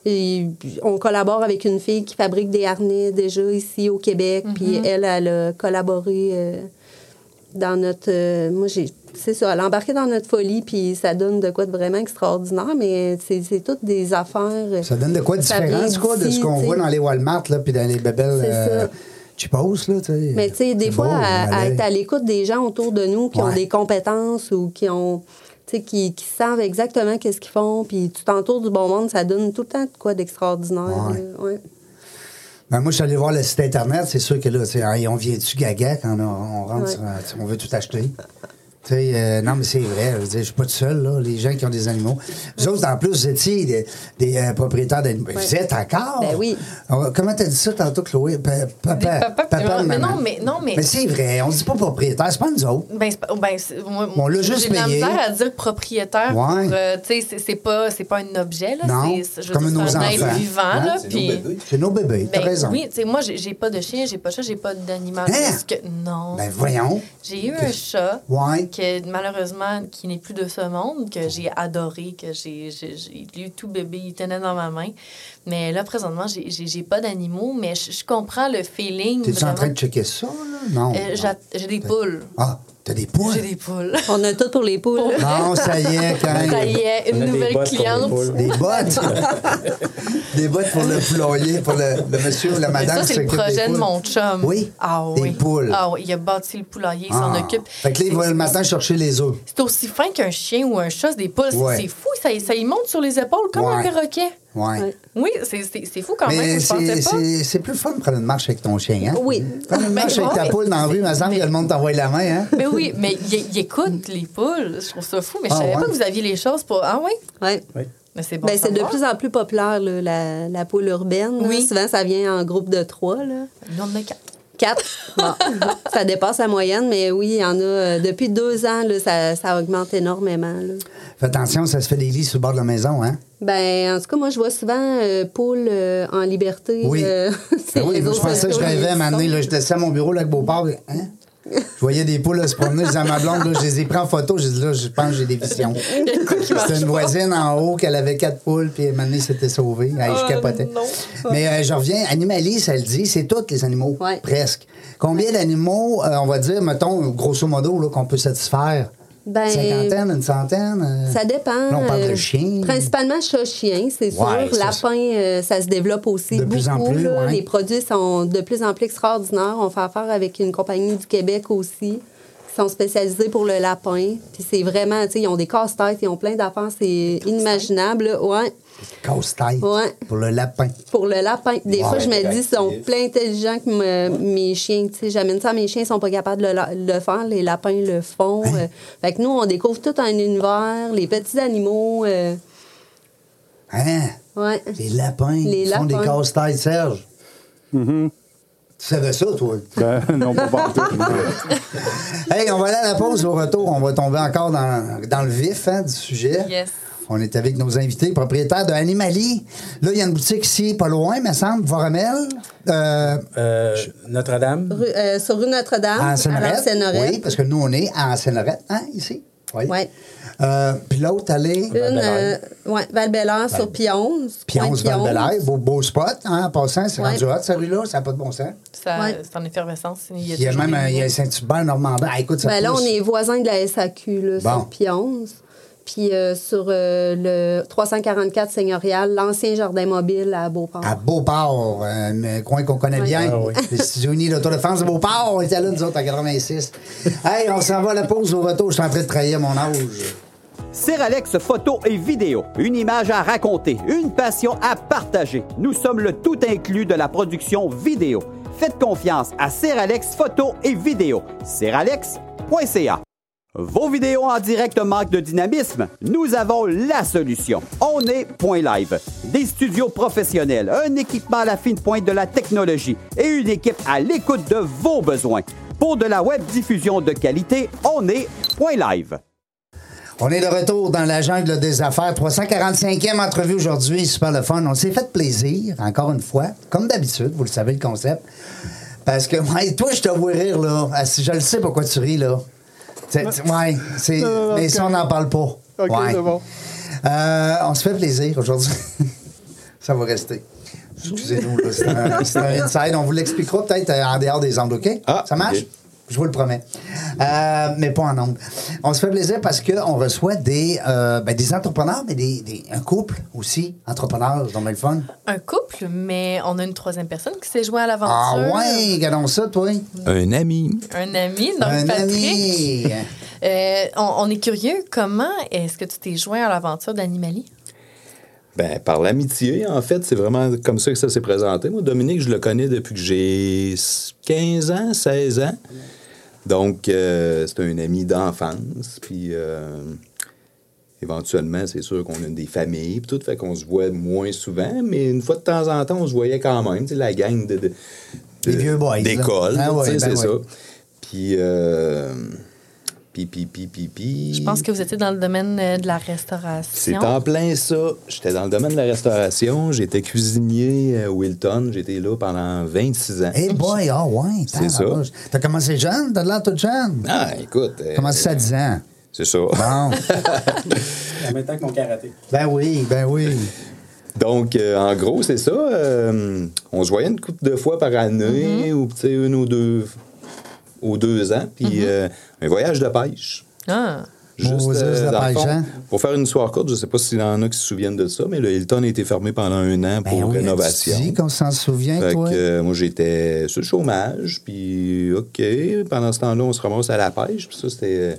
et- puis on collabore avec une fille qui fabrique des harnais déjà ici au Québec. Puis elle, elle a collaboré euh, dans notre... euh, moi, j'ai... C'est ça, elle a embarqué dans notre folie, puis ça donne de quoi de vraiment extraordinaire, mais c'est, c'est toutes des affaires... euh,
Ça donne de quoi de
ça
différent,
vient
du coup, de
d'ici,
ce qu'on
tu sais.
voit dans les Walmart, là, puis dans les bébelles
C'est
euh,
ça.
Chipos, là, tu sais.
Mais tu sais, des
C'est
fois,
beau,
à, à
malin.
être à l'écoute des gens autour de nous qui
Ouais.
ont des compétences ou qui ont tu sais, qui, qui savent exactement qu'est-ce qu'ils font, puis tu t'entoures du bon monde, ça donne tout le temps de quoi d'extraordinaire.
Ouais.
là. Ouais.
Ben, moi, je suis allé voir le site Internet, c'est sûr que là, tu sais, hein, on vient-tu gaga quand on, on rentre,
Ouais.
sur un- tu sais, on veut tout acheter. Tu sais, euh, non, mais c'est vrai, je veux dire, je suis pas tout seul, là, les gens qui ont des animaux. Vous autres, en plus, vous étiez des, des, euh, propriétaires d'animaux. Vous êtes encore?
Ben oui.
Alors, comment t'as dit ça tantôt, Chloé? Pa-
Des
papa,
papas, puis maman.
ou
Mais
maman?
non, mais- non, mais-
Mais c'est vrai, on dit pas propriétaire, c'est pas nous autres.
Ben, c'est pas- ben, c'est- moi,
On l'a juste
J'ai de la
payé.
misère à dire propriétaire. pour,
Ouais.
euh, tu sais, c'est- c'est pas, c'est pas un objet, là.
Non,
c'est- je veux
comme
dire,
nos
c'est un être
enfants.
vivant,
Ouais,
là.
c'est nos
puis-
bébés.
C'est nos bébés, t'as
Ben,
raison.
Oui, tu sais, moi, j'ai j'ai pas de chien, j'ai pas de chat, j'ai pas d'animal.
Hein?
Parce que- Non.
Ben voyons.
j'ai eu un chat
Ouais.
que malheureusement qui n'est plus de ce monde que j'ai adoré que j'ai j'ai- j'ai eu tout bébé il tenait dans ma main mais là présentement j'ai- j'ai j'ai pas d'animaux mais je je comprends le feeling
T'es-tu en
vraiment.
train de checker ça, là? Non.
Euh,
non.
j'a- j'ai des poules
Ah, t'as des poules?
j'ai des poules
On a tout pour les poules.
Non, ça y est, quand
ça y est
On a
une
des
nouvelle
bottes pour les
cliente
poules.
Des bottes. des bottes pour le poulailler, pour le, le monsieur ou la madame.
ça
qui
c'est le
s'occupe des
projet de
poules.
mon chum
Oui.
ah
Des
oui
poules.
ah oui il a bâti le poulailler il s'en
Ah.
occupe
Fait que là, il va le matin chercher les œufs.
c'est aussi fin qu'un chien ou un chat c'est des poules C'est-
Ouais.
c'est fou ça ça y monte sur les épaules comme un
Ouais.
perroquet
Ouais.
Ouais.
oui c'est- c'est c'est fou quand même
Mais
Ah, je pensais
c'est-
pas
c'est c'est plus fun de prendre une marche avec ton chien, hein?
Oui.
Prendre une
Ben
marche avec ta
ouais.
poule dans la rue, il me semble que le monde t'envoie la main, hein?
Mais oui, mais il il écoute les poules. Je trouve ça fou, mais je
Ah
savais
ouais?
pas que vous aviez les choses pour. Ah oui?
Ouais.
ouais.
Mais c'est bon.
Ben, c'est de
savoir.
plus en plus populaire, là, la, la poule urbaine. là.
Oui.
Souvent, ça vient en groupe de trois. Là.
Il y en a quatre.
Quatre. Bon. ça dépasse la moyenne, mais oui, il y en a. euh, Depuis deux ans, là, ça, ça augmente énormément. là.
Fais attention, ça se fait des lits sur le bord de la maison, hein?
Ben, en tout cas, moi, je vois souvent euh, poules euh, en liberté.
Oui.
euh,
Ben
sur
oui,
les
moi, je
autres
pensais que je
réseaux,
rêvais à
les
m'amener.
sons.
là, Je descends à mon bureau là, avec Beauport. puis, Hein? Je voyais des poules là, se promener. Je disais à ma blonde, là, je les ai pris en photo. J'ai dit, là, je pense que j'ai des visions. C'était une voisine en haut qu'elle avait quatre poules, puis à un moment donné, s'était sauvée. Hey, je
Oh,
capotais.
non.
Mais euh, je reviens, animaliste, elle dit, c'est tous les animaux,
Ouais.
presque. Combien d'animaux, euh, on va dire, mettons, grosso modo, là, qu'on peut satisfaire?
Ben,
Cinquantaine, une centaine? euh?
Ça dépend.
Là, on parle de
euh,
chiens.
Principalement chat-chien, c'est sûr.
Ouais, ça,
Lapin, euh, ça se développe aussi
De
beaucoup.
plus en plus,
là.
ouais.
Les produits sont de plus en plus extraordinaires. On fait affaire avec une compagnie du Québec aussi qui sont spécialisés pour le lapin. Puis c'est vraiment, tu sais, ils ont des casse-têtes, ils ont plein d'affaires, c'est inimaginable. là. Ouais.
Casse-tête.
Ouais.
Pour le lapin.
pour le lapin. Des
Ouais,
fois, je me dis, ils sont
interactif.
plein intelligents que me- mes chiens. Tu sais, j'amène ça à mes chiens, ils sont pas capables de le, la- le faire. Les lapins le font. euh. fait que nous, on découvre tout un univers, les petits animaux. euh,
Hein?
ouais.
Les lapins.
Les
ils font des
lapins.
casse-têtes, Serge. Tu savais ça, toi?
Ben, non, pas partout.
Hey, on va aller à la pause. Au retour, on va tomber encore dans, dans le vif hein, du sujet.
Yes.
On est avec nos invités, propriétaires de Animalie. Là, il y a une boutique ici, pas loin, me semble, Voramel. Euh,
Euh, Notre-Dame,
Rue- euh, sur rue Notre-Dame,
à
à
Ansenorette.
Ansenorette.
Ah, Oui, parce que nous, on est à Ansenorette, hein, ici. Oui.
Ouais.
Euh, puis l'autre, elle est
Une, euh, ouais, Val-Bélair sur Pionce.
puis on se
Coin
val
Pionce.
beau, beau spot, hein, en passant, c'est
Ouais.
rendu hot, cette rue-là, ça n'a pas de bon sens.
Ça,
Ouais.
C'est en effervescence. Il y a,
Il y a
toujours
même
des
un- il y a
nouveaux.
Saint-Hubert, Normandin. Ah, écoute, ça
Ben là, on
pousse.
est voisins de la SAQ, là,
Bon.
sur Pionce. Puis euh, sur euh, le 344 Seigneurial, l'ancien jardin mobile à Beauport.
À Beauport, un coin qu'on connaît bien.
Ah oui.
Les studios unis d'Auto-de-France de Beauport. On était là, nous autres, en 86. Hey, on s'en va à la pause au retour. Je suis en train de trahir mon âge.
Alex photo et vidéo, une image à raconter, une passion à partager. Nous sommes le tout inclus de la production vidéo. Faites confiance à Alex photo et vidéo. Seralex.ca Vos vidéos en direct manquent de dynamisme? Nous avons la solution. On est Point Live. Des studios professionnels, un équipement à la fine pointe de la technologie et une équipe à l'écoute de vos besoins. Pour de la web diffusion de qualité, on est Point Live.
On est de retour dans la jungle des affaires. 345e entrevue aujourd'hui. Super le fun. On s'est fait plaisir, encore une fois. Comme d'habitude, vous le savez, le concept. Parce que, ouais, toi, je te vois rire, là. Ah, si- Je le sais pourquoi tu ris, là. C'est- c'est- Ouais, c'est-
Non, non, non,
mais ça, on
ok.
n'en parle pas.
Ok,
Ouais.
c'est bon.
Euh, on se fait plaisir aujourd'hui. ça va rester. Excusez-nous, là, c'est un, c'est un inside. On vous l'expliquera peut-être euh, en dehors des ondes, OK?
Ah,
ça marche?
ok.
Je vous le promets. Euh, mais pas en ondes. On se fait plaisir parce qu'on reçoit des, euh, ben, des entrepreneurs, mais des, des- un couple aussi, entrepreneurs, c'est donc bien le fun.
Un couple, mais on a une troisième personne qui s'est joint à l'aventure.
Ah ouais, regardons ça, toi.
Un ami.
Un ami, donc
un
Patrick.
ami.
Euh, on, on est curieux, comment est-ce que tu t'es joint à l'aventure d'Animalie?
Ben, par l'amitié, en fait, c'est vraiment comme ça que ça s'est présenté. Moi, Dominique, je le connais depuis que j'ai 15 ans, 16 ans. Donc, euh, c'est un ami d'enfance. Puis, euh, éventuellement, c'est sûr qu'on a des familles, puis tout, fait qu'on se voit moins souvent, mais une fois de temps en temps, on se voyait quand même, tu sais, la gang de... de- de-
Les vieux boys, là.
D'école,
Ah ouais,
tu sais,
ben
c'est
ouais.
ça. Puis, euh, puis, puis, puis, puis, puis...
Je pense que vous étiez dans le domaine euh, de la restauration.
C'est en plein ça. J'étais dans le domaine de la restauration. J'étais cuisinier à Wilton. J'étais là pendant 26 ans.
Hey boy, ah ouais.
C'est ça.
tabarnouche. T'as commencé jeune? T'as de l'air toute jeune?
Ah, écoute. euh,
T'as commencé à 10 ans.
C'est ça.
Bon.
En même temps que mon karaté.
ben oui, ben oui.
Donc, euh, en gros, c'est ça. Euh, on se voyait une couple de fois par année ou tu sais, une ou deux aux deux ans. Puis euh, un voyage de pêche.
Ah.
Juste, euh,
Aux îles de hein?
dans le fond,
Paisan.
pour faire une soirée courte, je ne sais pas s'il y en a qui se souviennent de ça, mais le Hilton a été fermé pendant un an pour
Ben oui,
rénovation.
Tu dis qu'on s'en souvient,
Fait
toi.
que, euh, moi, j'étais sur le chômage, puis OK, pendant ce temps-là, on se ramasse à la pêche, puis ça, c'était...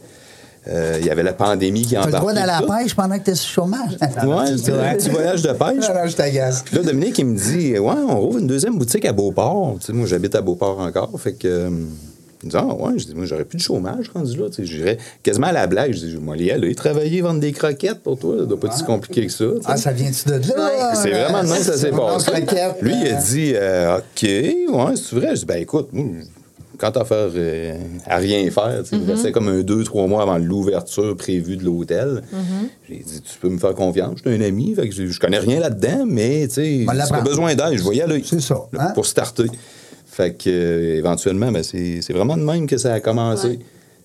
euh, Il y avait la pandémie qui
T'as
embarquait.
le droit d'aller à
tout.
la Ah, pêche pendant que t'es sur le chômage.
Ouais, c'était un petit voyage de pêche.
Non, non, je t'agace.
Puis là, Dominique, il me dit Ouais, on rouvre une deuxième boutique à Beauport. Tu sais, moi, j'habite à Beauport encore. Fait que. euh, il me dit Ah, ouais, je dis, moi, j'aurais plus de chômage rendu là. Tu sais, j'irais quasiment à la blague. Je dis Je vais aller aller travailler, vendre des croquettes pour toi. Ça doit pas être si compliqué que ça. tu sais.
Ah, ça vient-tu de là?
C'est vraiment de même que ça s'est
On
passé.
se raquette,
Lui, il a
euh,
dit euh, OK, ouais, c'est vrai. Je dis Ben écoute, moi, quant à faire euh, à rien faire, tu sais,
Mm-hmm.
il me restait comme un deux, trois mois avant l'ouverture prévue de l'hôtel.
Mm-hmm.
J'ai dit Tu peux me faire confiance, je suis un ami, fait que je, je connais rien là-dedans, mais tu sais,
On
si
l'apprend.
t'as besoin d'aide, je voyais à l'œil.
C'est ça,
Là,
hein?
Pour starter. Fait que euh, éventuellement, ben, c'est c'est vraiment de même que ça a commencé.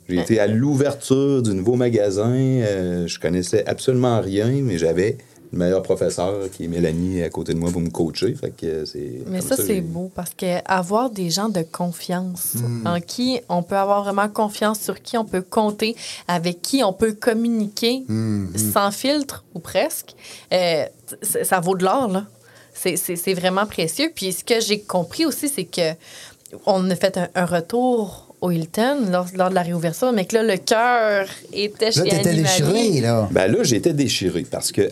J'ai été à l'ouverture du nouveau magasin. euh, je connaissais absolument rien, mais j'avais le meilleur professeur qui est Mélanie à côté de moi pour me coacher. Fait que euh, c'est.
Mais
comme
ça,
que
c'est
j'ai-
beau parce que avoir des gens de confiance en qui on peut avoir vraiment confiance, sur qui on peut compter, avec qui on peut communiquer sans filtre ou presque, euh, c- ça vaut de l'or, là. C'est- C'est c'est vraiment précieux. Puis ce que j'ai compris aussi, c'est que on a fait un, un retour au Hilton lors, lors de la réouverture, mais que là, le cœur était chez
Là, t'étais
Animalier.
déchiré, là.
Ben là, j'étais déchiré parce que,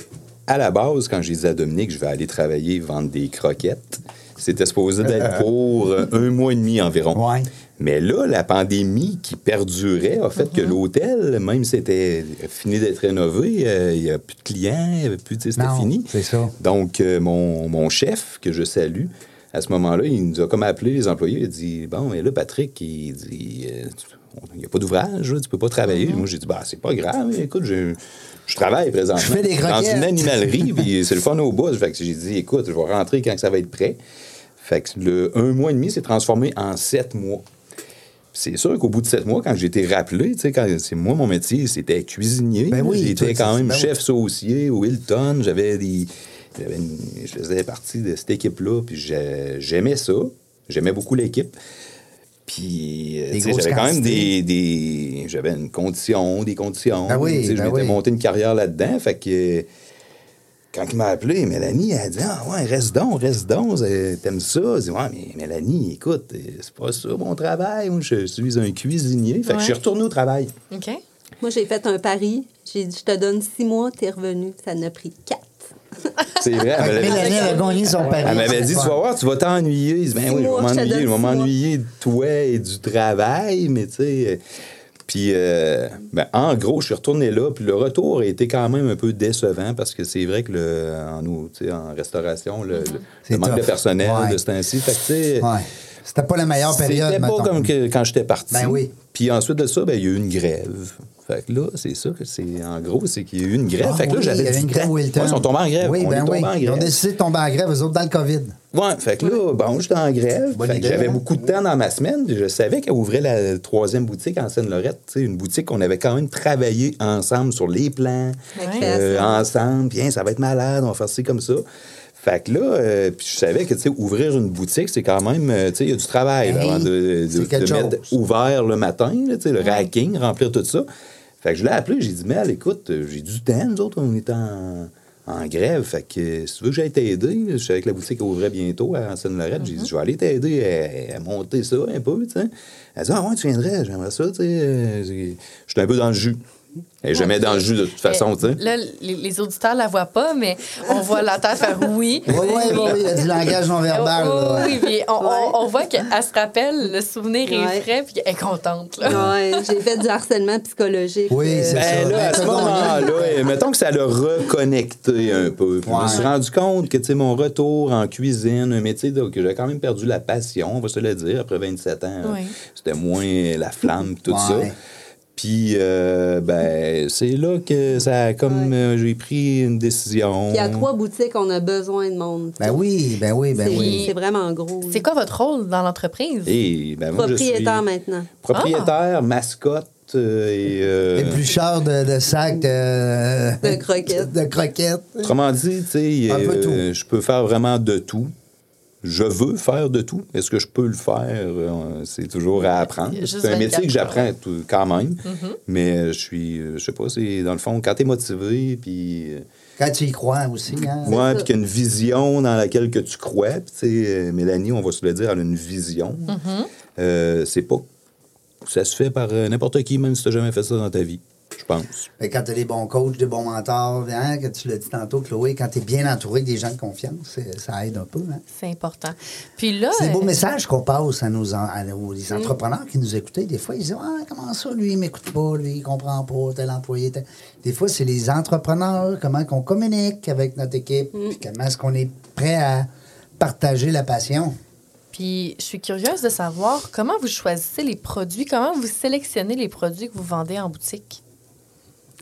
à la base, quand j'ai dit à Dominique, je vais aller travailler vendre des croquettes, c'était supposé d'être pour euh, un mois et demi environ.
Ouais.
Mais là, la pandémie qui perdurait a fait que
Mm-hmm.
l'hôtel, même si c'était fini d'être rénové, euh, il n'y a plus de clients, il y avait plus, tu sais, c'était
Non,
fini.
c'est ça.
Donc, euh, mon, mon chef, que je salue, à ce moment-là, il nous a comme appelé les employés. Il a dit Bon, mais là, Patrick, il dit euh, tu- Il n'y a pas d'ouvrage, là, tu peux pas travailler.
Mhm.
Moi, j'ai dit Bah, c'est pas grave, écoute, je, je travaille présentement.
Je fais des
Dans
croquettes.
une animalerie, puis c'est le fun au bout. Fait que j'ai dit Écoute, je vais rentrer quand que ça va être prêt. Fait que le un mois et demi s'est transformé en sept mois. C'est sûr qu'au bout de sept mois, quand j'ai été rappelé, tu sais, quand c'est moi, mon métier, c'était cuisinier.
Ben oui,
j'étais
toi,
quand
tu-
même
ben oui.
chef saucier au Hilton. J'avais des. j'avais une- je faisais partie de cette équipe-là, puis j'ai- j'aimais ça. J'aimais beaucoup l'équipe. Puis, euh,
Des
tu sais,
grosses
j'avais quand même
quantités.
des. des- j'avais une condition, des conditions.
Ben oui,
Tu sais, je
ben
m'étais
oui.
monté une carrière là-dedans. Fait que. euh, Quand il m'a appelé, Mélanie, elle a dit Ah ouais, reste donc, reste donc, euh, t'aimes ça Je dis Ouais, mais Mélanie, écoute, euh, c'est pas ça mon travail. Moi, je suis un cuisinier. Fait que
Ouais.
je suis retourné au travail.
OK.
Moi, j'ai fait un pari. J'ai dit, je te donne six mois, t'es revenu. Ça n'a pris quatre.
C'est vrai. elle me l'a-
Mélanie, elle a gagné son pari.
Elle m'avait dit, tu vas voir, tu vas t'ennuyer. Je dis, ben oui, je
Six
vais
mois, je te
m'ennuyer.
donne
Je vais
six mois.
m'ennuyer de toi et du travail, mais tu sais. euh, Puis, euh, ben, en gros, je suis retourné là. Puis le retour a été quand même un peu décevant parce que c'est vrai que le, en, nous, tu sais, en restauration, le, le-
C'est
le manque
tough.
de personnel
Ouais.
de ce temps-ci. Fait que, tu sais,
Ouais. C'était pas la meilleure période,
c'était
mettons.
pas comme que- quand j'étais parti.
Ben oui.
Puis ensuite de ça, ben, il y a eu une grève. Fait que là, c'est ça que c'est. En gros, c'est qu'il y a eu une grève.
Ah
fait que là,
oui, il y
j'avais
avait
du
une grève
temps.
Wilton.
Ouais, ils sont tombés en grève.
Oui,
On
ben
est tombés
oui.
en
Ils ont
grève.
décidé de tomber en grève, eux autres, dans le COVID.
Ouais, fait que là, bon, j'étais en grève.
Bonne
Fait que
idée,
j'avais
hein?
beaucoup de temps dans ma semaine. Je savais qu'elle ouvrait la troisième boutique en Seine-Lorette. tu sais, Une boutique qu'on avait quand même travaillé ensemble sur les plans,
Ouais.
euh, ensemble. Puis, hein, ça va être malade, on va faire ci comme ça. Fait que là, euh, puis je savais que, tu sais, ouvrir une boutique, c'est quand même, euh, tu sais, il y a du travail là,
Hey,
avant de, de-
Ben c'est quelque
de mettre
chose.
ouvert le matin, là, tu sais, le racking, remplir tout ça. Fait que je l'ai appelé, j'ai dit, Mel, écoute, euh, j'ai du temps, nous autres, on est en, en grève. Fait que euh, si tu veux que j'aille t'aider, là, je savais que la boutique ouvrait bientôt à Seine-Lorette. J'ai dit, je vais aller t'aider à, à monter ça un peu, tu sais. Elle dit, ah ouais, tu viendrais, j'aimerais ça, tu sais. euh, j'ai- J'étais un peu dans le jus. Et je mets dans le jus de toute façon, tu sais.
Là, les, les auditeurs la voient pas, mais on voit la tête faire oui.
Oui, oui, oui, il y a du langage non-verbal.
Oh,
là.
oui, puis on, on-
Ouais.
on voit qu'elle se rappelle, le souvenir
Ouais.
est frais, puis elle est contente. Là.
Ouais, j'ai fait du harcèlement psychologique.
Oui,
euh,
c'est ça.
Ben là, à
Ben,
ce
pardon,
moment-là, euh, mettons que ça l'a reconnecté un peu. Puis Je me suis rendu compte que, tu sais, mon retour en cuisine, un métier de- que j'avais quand même perdu la passion, on va se le dire, après 27 ans,
Oui.
hein, c'était moins la flamme, tout
Ouais.
ça. Puis, euh, ben, c'est là que ça, a comme euh, j'ai pris une décision.
Puis à trois boutiques, on a besoin de monde.
Ben oui, ben oui, ben
c'est,
oui.
c'est vraiment gros. là.
C'est quoi votre rôle dans l'entreprise?
Et, ben, moi, je suis
Propriétaire maintenant.
Propriétaire, mascotte euh, et. euh,
Éplucheur de, de sacs de...
De croquettes.
De croquettes.
Autrement dit, tu sais,
Un peu
euh,
tout.
je peux faire vraiment de tout. Je veux faire de tout. Est-ce que je peux le faire? Euh, C'est toujours à apprendre.
Il y a juste
C'est un
24
métier que j'apprends
heures.
tout- quand même. Mais je suis, euh, je sais pas, c'est dans le fond, quand tu es motivé, puis euh,
Quand tu y crois aussi, hein?
ouais,
ça.
puis qu'il y a une vision dans laquelle que tu crois. Puis, tu sais, euh, Mélanie, on va se le dire, elle a une vision. Euh, c'est pas. Ça se fait par euh, n'importe qui, même si tu n'as jamais fait ça dans ta vie, je pense.
Fait que quand tu as des bons coachs, des bons mentors, hein, que tu l'as dit tantôt, Chloé, quand tu es bien entouré des gens de confiance, c'est- ça aide un peu. Hein?
C'est important. Puis là,
C'est des beaux
euh,
messages qu'on passe à nos, en- à nos- les entrepreneurs qui nous écoutaient. Des fois, ils disent Ah, comment ça, lui, il m'écoute pas, lui, il comprend pas, tel employé. tel- Des fois, c'est les entrepreneurs, comment qu'on communique avec notre équipe, puis comment est-ce qu'on est prêt à partager la passion.
puis je suis curieuse de savoir comment vous choisissez les produits, comment vous sélectionnez les produits que vous vendez en boutique.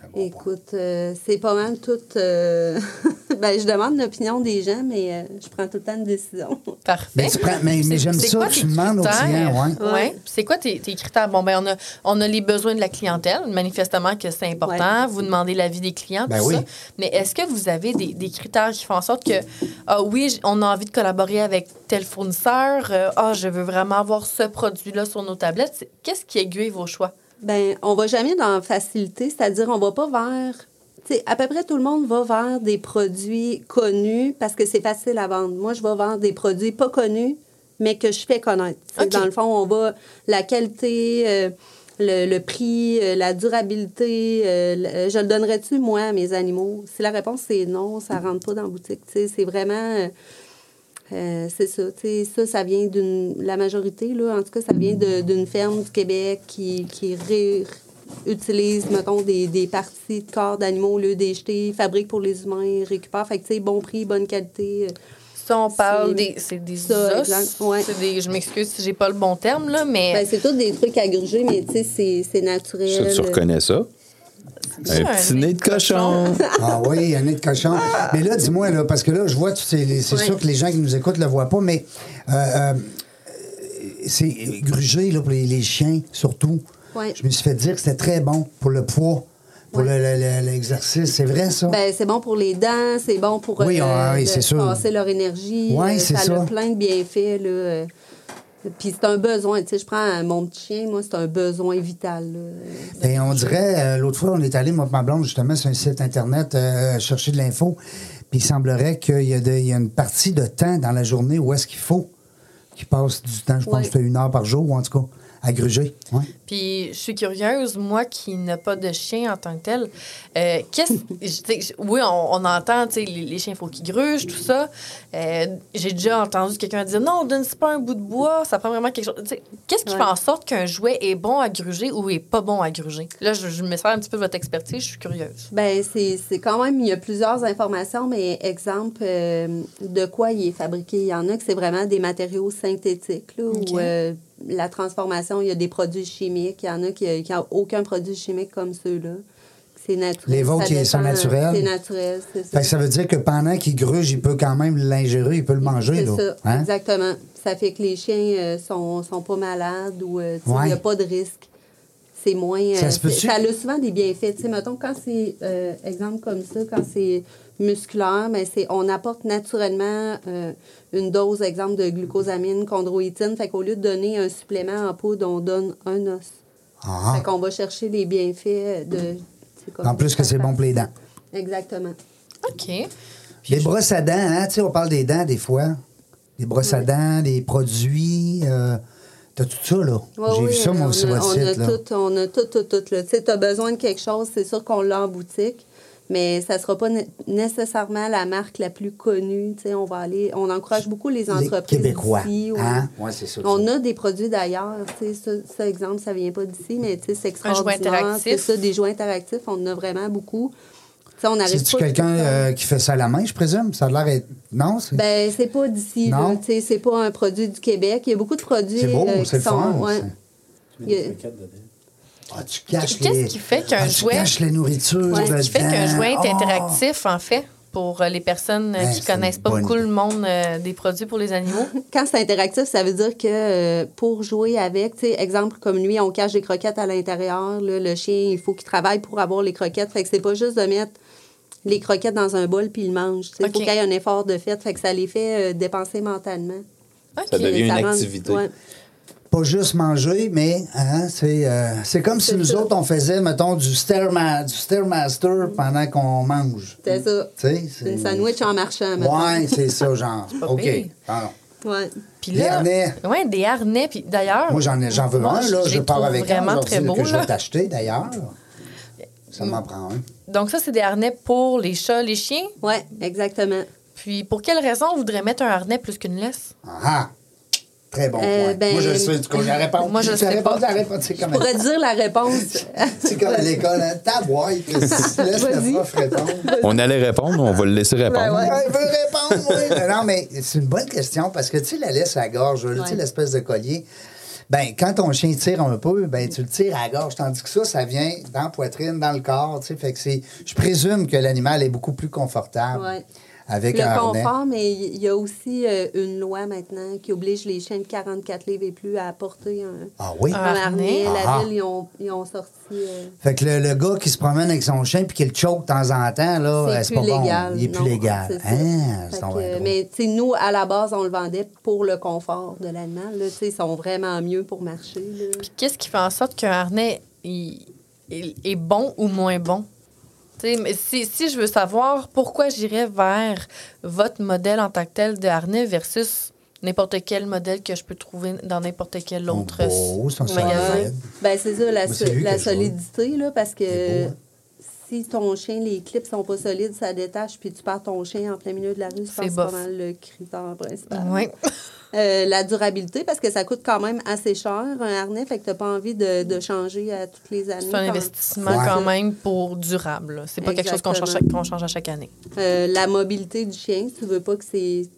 Un bon point.
Écoute, euh, c'est pas mal tout. euh, ben, je demande l'opinion des gens, mais euh, je prends tout le temps une décision.
Parfait.
Mais tu prends- mais- mais
C'est-
j'aime
c'est
ça,
quoi
tu
tes
demandes aux
critères?
clients,
ouais.
Ouais. Puis C'est quoi tes, tes critères? Bon, ben on a, on a les besoins de la clientèle, manifestement que c'est important. Vous demandez l'avis des clients,
Ben
tout
oui.
ça. Mais est-ce que vous avez des, des critères qui font en sorte que, ah oui, j- on a envie de collaborer avec tel fournisseur, euh, ah, je veux vraiment avoir ce produit-là sur nos tablettes. C'est- Qu'est-ce qui aiguille vos choix?
Ben, on va jamais dans la facilité, c'est-à-dire on va pas vers. tu sais, à peu près tout le monde va vers des produits connus parce que c'est facile à vendre. Moi, je vais vendre des produits pas connus, mais que je fais connaître. Tu sais,
OK.
Dans le fond, on va la qualité, euh, le, le prix, euh, la durabilité. euh, le- euh, je le donnerais-tu, moi, à mes animaux? Si la réponse c'est non, ça rentre pas dans la boutique. Tu sais, C'est vraiment. euh, euh, c'est ça, tu sais, ça, ça vient d'une... La majorité, là, en tout cas, ça vient de- d'une ferme du Québec qui, qui ré- utilise, mettons, des, des parties de corps d'animaux au lieu des jeter, fabrique pour les humains, récupère. Fait que, tu sais, bon prix, bonne qualité. euh.
Ça, on parle
C'est-
des, c'est des
ça,
os.
exact. Ouais.
C'est des- je m'excuse si j'ai pas le bon terme, là, mais
Ben, c'est tout des trucs à gruger, mais tu sais, c'est- c'est
Ça,
naturel. euh.
tu reconnais ça?
C'est
Un
un
petit
nez
nez de
de cochon.
cochon.
Ah oui, un nez de cochon. Mais là, dis-moi, là, parce que là, je vois, tu sais, les- c'est
Oui.
sûr que les gens qui nous écoutent ne le voient pas, mais euh, euh, c'est grugé là, pour les, les chiens, surtout.
Oui.
Je me suis fait dire que c'était très bon pour le poids, pour
Oui.
le- le- le- l'exercice. C'est vrai, ça?
Ben, c'est bon pour les dents, c'est bon pour euh,
Oui, ah, oui,
de
c'est sûr.
passer leur énergie.
Ouais,
Euh,
c'est
ça.
ça.
a plein de bienfaits. Là. euh. Puis c'est un besoin. Tu sais, je prends euh, mon petit chien, moi, c'est un besoin vital. là.
Ben, on dirait, euh, l'autre fois, on est allé, moi et ma blonde, justement, sur un site Internet euh, chercher de l'info. Puis il semblerait qu'il y, a de- il y a une partie de temps dans la journée où est-ce qu'il faut qu'il passe du temps, je pense
Ouais.
que c'était une heure par jour, ou en tout cas, À gruger. Ouais.
Puis je suis curieuse, moi qui n'ai pas de chien en tant que tel, euh, qu'est-ce. je- tu sais, oui, on, on entend, tu sais, les, les chiens, faut qu'ils grugent, tout ça. Euh, J'ai déjà entendu quelqu'un dire non, donne-ci pas un bout de bois, ça prend vraiment quelque chose. Tu sais, Qu'est-ce qui
Ouais.
fait en sorte qu'un jouet est bon à gruger ou est pas bon à gruger? Là, je, je me sers un petit peu de votre expertise, je suis curieuse.
Ben, c'est c'est quand même, il y a plusieurs informations, mais exemple, euh, de quoi il est fabriqué. Il y en a que c'est vraiment des matériaux synthétiques, là,
OK.
où euh, la transformation, il y a des produits chimiques. Il y en a qui n'ont aucun produit chimique comme ceux-là. C'est naturel.
Les vôtres
Ça
qui
dépend,
sont naturels.
C'est naturel, c'est
Fait
ça.
que ça veut dire que pendant qu'il gruge, il peut quand même l'ingérer, il peut le manger.
C'est
là.
ça,
Hein?
exactement. Ça fait que les chiens euh, sont, sont pas malades ou euh, tu sais, il
Ouais.
n'y a pas de risque. C'est moins. euh,
Ça se peut-tu?
c'est- ça a souvent des bienfaits. Tu sais, mettons, quand c'est, euh, exemple comme ça, quand c'est musculaire, mais c'est, on apporte naturellement euh, une dose, exemple, de glucosamine, chondroïtine. Fait qu'au lieu de donner un supplément en poudre, on donne un os.
Ah,
Fait qu'on va chercher les bienfaits de. c'est comme-
En plus que c'est bon pour les dents.
Exactement.
OK.
les brosses à dents, hein, tu sais, on parle des dents des fois. Les brosses à dents, les produits. euh, T'as tout ça, là.
Ouais,
J'ai
oui,
vu ça, moi,
on
sur
a-
votre
on
site.
A
là.
tout, on a tout, tout, tout. là. Tu sais, tu as besoin de quelque chose, c'est sûr qu'on l'a en boutique, mais ça sera pas né- nécessairement la marque la plus connue. Tu sais, on va aller... On encourage beaucoup les entreprises
Québécois,
d'ici, ouais.
hein? Ouais, c'est ça,
On a des produits d'ailleurs. Tu sais, ça, ça, exemple, ça vient pas d'ici, mais tu sais, c'est
Un jouet
extraordinaire.
interactif.
C'est ça, des jouets interactifs, on en a vraiment beaucoup. Tu sais, on arrive
C'est-tu
pas-
quelqu'un euh, qui fait ça à la main, je présume? Ça a l'air être. Non? c'est-
Ben, c'est pas d'ici, là.
Non.
Tu sais, c'est pas un produit du Québec. Il y a beaucoup de produits
c'est beau,
euh, qui
c'est le
sont...
fun.
ouais.
ça.
Tu
Il y
mets
a-
des croquettes dedans.
Ah, tu caches
Qu'est-ce
les-
qui fait qu'un
Ah,
jouet-
Tu caches les nourritures.
Ouais,
Qu'est-ce qui fait qu'un
dedans.
jouet
Ah!
est interactif, en fait, pour euh, les personnes euh,
Ouais,
qui
c'est une
connaissent pas
bonne
beaucoup le
idée.
monde euh, des produits pour les animaux?
quand c'est interactif, ça veut dire que euh, pour jouer avec, tu sais, exemple comme lui, on cache des croquettes à l'intérieur. là, le chien, il faut qu'il travaille pour avoir les croquettes. Fait que c'est pas juste de mettre les croquettes dans un bol puis il mange. Il faut
OK.
qu'il y ait un effort de fait. Fait que ça les fait euh, dépenser mentalement.
Ça
OK.
devient une
Ça rend-
activité.
ouais.
Pas juste manger, mais hein, c'est euh, c'est comme si
C'est
nous
ça. Mm.
autres, on faisait, mettons, du, stairma- du Stairmaster pendant qu'on mange.
C'est ça.
Tu sais,
C'est une sandwich en marchant. mettons.
Ouais, c'est ça, genre.
pas
OK.
pire.
pardon.
Ouais.
Puis
Des
là,
harnais.
Ouais, des harnais. Puis d'ailleurs.
Moi, j'en ai- j'en veux
moi,
un, là.
les
Je pars
trouve
avec un
Vraiment
aujourd'hui
très
là,
beau.
que je
là.
vais t'acheter, d'ailleurs. Ça m'en prend un.
Donc, ça, c'est des harnais pour les chats, les chiens.
Ouais, exactement.
Puis, pour quelle raison on voudrait mettre un harnais plus qu'une laisse?
Ah ah! Très bon
Euh,
point.
ben,
Moi, je le sais. Du coup, la réponse.
moi, je
la
sais
réponse,
pas.
La réponse, c'est comme,
Je pourrais te dire la réponse.
c'est comme à l'école. Hein? Ta voix, laisse le
Vas-y.
prof répondre.
On allait répondre, on va le laisser répondre.
Ben Ouais, il veut répondre, oui. Mais non, mais c'est une bonne question parce que, tu sais, la laisse à la gorge, là, tu sais,
Ouais.
l'espèce de collier. Ben, quand ton chien tire un peu, ben, tu le tires à la gorge, tandis que ça, ça vient dans la poitrine, dans le corps, tu sais. Fait que c'est. Je présume que l'animal est beaucoup plus confortable
Ouais.
avec un
Le
harnais.
confort, mais il y a aussi euh, une loi maintenant qui oblige les chiens de 44 livres et plus à apporter un,
Ah oui?
Ah.
un harnais.
Ah.
La ville, ils ont, ils ont sorti. euh,
Fait que le, le gars qui se promène avec son chien puis qui le choke de temps en temps, là, euh,
c'est
c'est
plus
pas bon.
légal.
Il est plus
non,
légal.
c'est ça.
Hein,
Fait
c'est
que,
donc bien drôle.
mais tu sais, nous, à la base, on le vendait pour le confort de l'animal. là. Tu sais, Ils sont vraiment mieux pour marcher. là.
Puis, qu'est-ce qui fait en sorte qu'un harnais il- il est bon ou moins bon? Tu sais, mais si, si je veux savoir pourquoi j'irais vers votre modèle en tant que tel de harnais versus n'importe quel modèle que je peux trouver dans n'importe quel autre
Oh, ça, ça
magasin.
aide.
Ben, c'est ça, la,
Moi, c'est lui
la
que je vois.
solidité, là, parce
C'est
que
beau, hein.
si ton chien, les clips sont pas solides, ça détache, puis tu perds ton chien en plein milieu de la rue, je pense
C'est
que c'est
bof.
pas mal le critère principal.
Ouais.
Euh, la durabilité, parce que ça coûte quand même assez cher, un harnais, fait que t'as pas envie de, de changer à toutes les années.
C'est un
Quand-
investissement
Ouais.
quand même pour durable. là. C'est pas quelque chose qu'on change,
Exactement.
qu'on change à chaque année.
Euh, la mobilité du chien, tu veux pas que ses-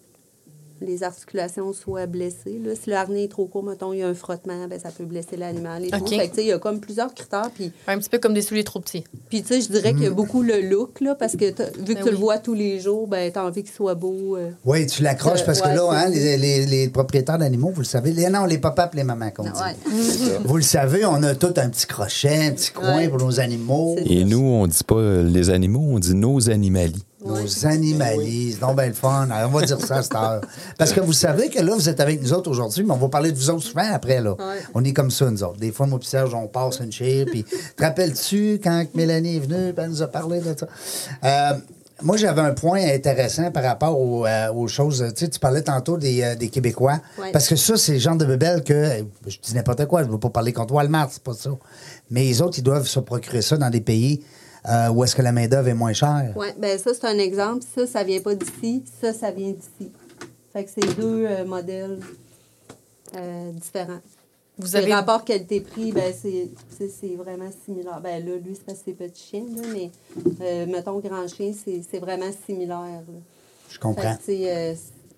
les articulations soient blessées. là. Si le harnais est trop court, mettons, il y a un frottement, ben, ça peut blesser l'animal. et tout.
OK.
Fait que, tu sais, Il y a comme plusieurs critères. Puis,
Un petit peu comme des souliers trop petits.
puis tu sais, je dirais qu'il y a beaucoup le look, là, parce que t'as-
Ben
vu que tu
oui.
le vois tous les jours, ben, tu as envie qu'il soit beau. euh.
Oui, tu l'accroches
Euh,
parce que
ouais,
là,
c'est-
hein, les, les- les propriétaires d'animaux, vous le savez, les, non, les papas et les mamans
Ben
qu'on dit.
Ouais.
Vous le savez, on a tout un petit crochet, un petit coin
Ouais.
pour nos animaux,
C'est-
Et nous, on dit pas euh, les animaux, on dit nos animalies.
nos animalistes. Donc, ben, le fun. Alors, on va dire ça à cette heure. Parce que vous savez que là, vous êtes avec nous autres aujourd'hui, mais on va parler de vous autres souvent après, là. On est comme ça, nous autres. Des fois, moi, puis Serge, on passe une chire, puis te rappelles-tu quand Mélanie est venue, puis elle nous a parlé de ça? Euh, Moi, j'avais un point intéressant par rapport aux, euh, aux choses. Tu sais, tu parlais tantôt des, euh, des Québécois.
Ouais.
Parce que ça, c'est le genre de bebelle que. euh, Je dis n'importe quoi, je ne veux pas parler contre Walmart, c'est pas ça. Mais les autres, ils doivent se procurer ça dans des pays euh, où est-ce que la main-d'œuvre est moins chère.
Oui, ben ça, c'est un exemple. Ça, ça vient pas d'ici. Ça, ça vient d'ici. Fait que c'est deux euh, modèles euh, différents.
Vous
Le
avez
rapport qualité-prix, ben, c'est- c'est c'est vraiment similaire. Ben, là, lui, c'est parce que c'est petit chien, là, mais euh, mettons grand chien, c'est c'est vraiment similaire. là.
Je
Fait
comprends.
que, tu sais, euh,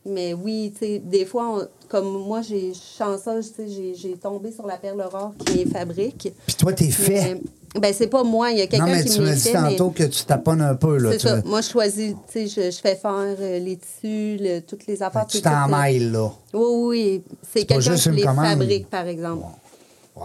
mais oui, tu sais, des fois, on- comme moi, j'ai je suis chanceuse, tu sais, j'ai- j'ai tombé sur la perle rare qui les fabrique.
Puis toi, t'es fait.
Mais, ben, c'est pas moi, il y a
non,
quelqu'un
mais
qui
tu
me
m'as
les
dit
fait. mais-
tantôt que tu taponnes un peu. Là,
c'est
tu
ça. Moi, je choisis, tu sais, je, je fais faire euh, les tissus, le- toutes les affaires.
Ben, tu
tout- tout-
t'en mêles, là.
Oui, oui. C'est
pas
quelqu'un
juste
qui
une
les
commande.
fabrique, par exemple.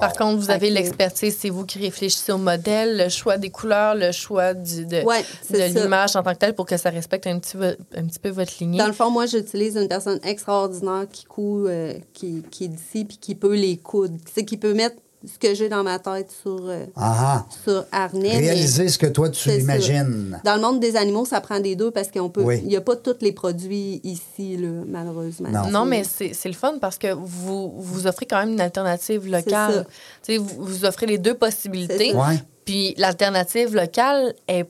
Par contre, vous avez
Fait que-
l'expertise, c'est vous qui réfléchissez au modèle, le choix des couleurs, le choix du- de,
Ouais, c'est
de
ça.
l'image en tant que telle pour que ça respecte un petit, vo- un petit peu votre lignée.
Dans le fond, moi, j'utilise une personne extraordinaire qui coud, euh, qui, qui est d'ici, puis qui peut les coudre. C'est qui peut mettre ce que j'ai dans ma tête sur, euh,
Ah
sur
ah.
harnais. mais-
Réaliser ce que toi, tu
C'est ça.
imagines.
Dans le monde des animaux, ça prend des deux parce qu'on peut. Il
Oui.
n'y a pas tous les produits ici, là, malheureusement.
Non.
Non, mais c'est c'est le fun parce que vous, vous offrez quand même une alternative
ça.
locale. Tu sais, Vous, vous offrez les deux possibilités.
C'est ça.
Ouais.
Puis l'alternative locale, est,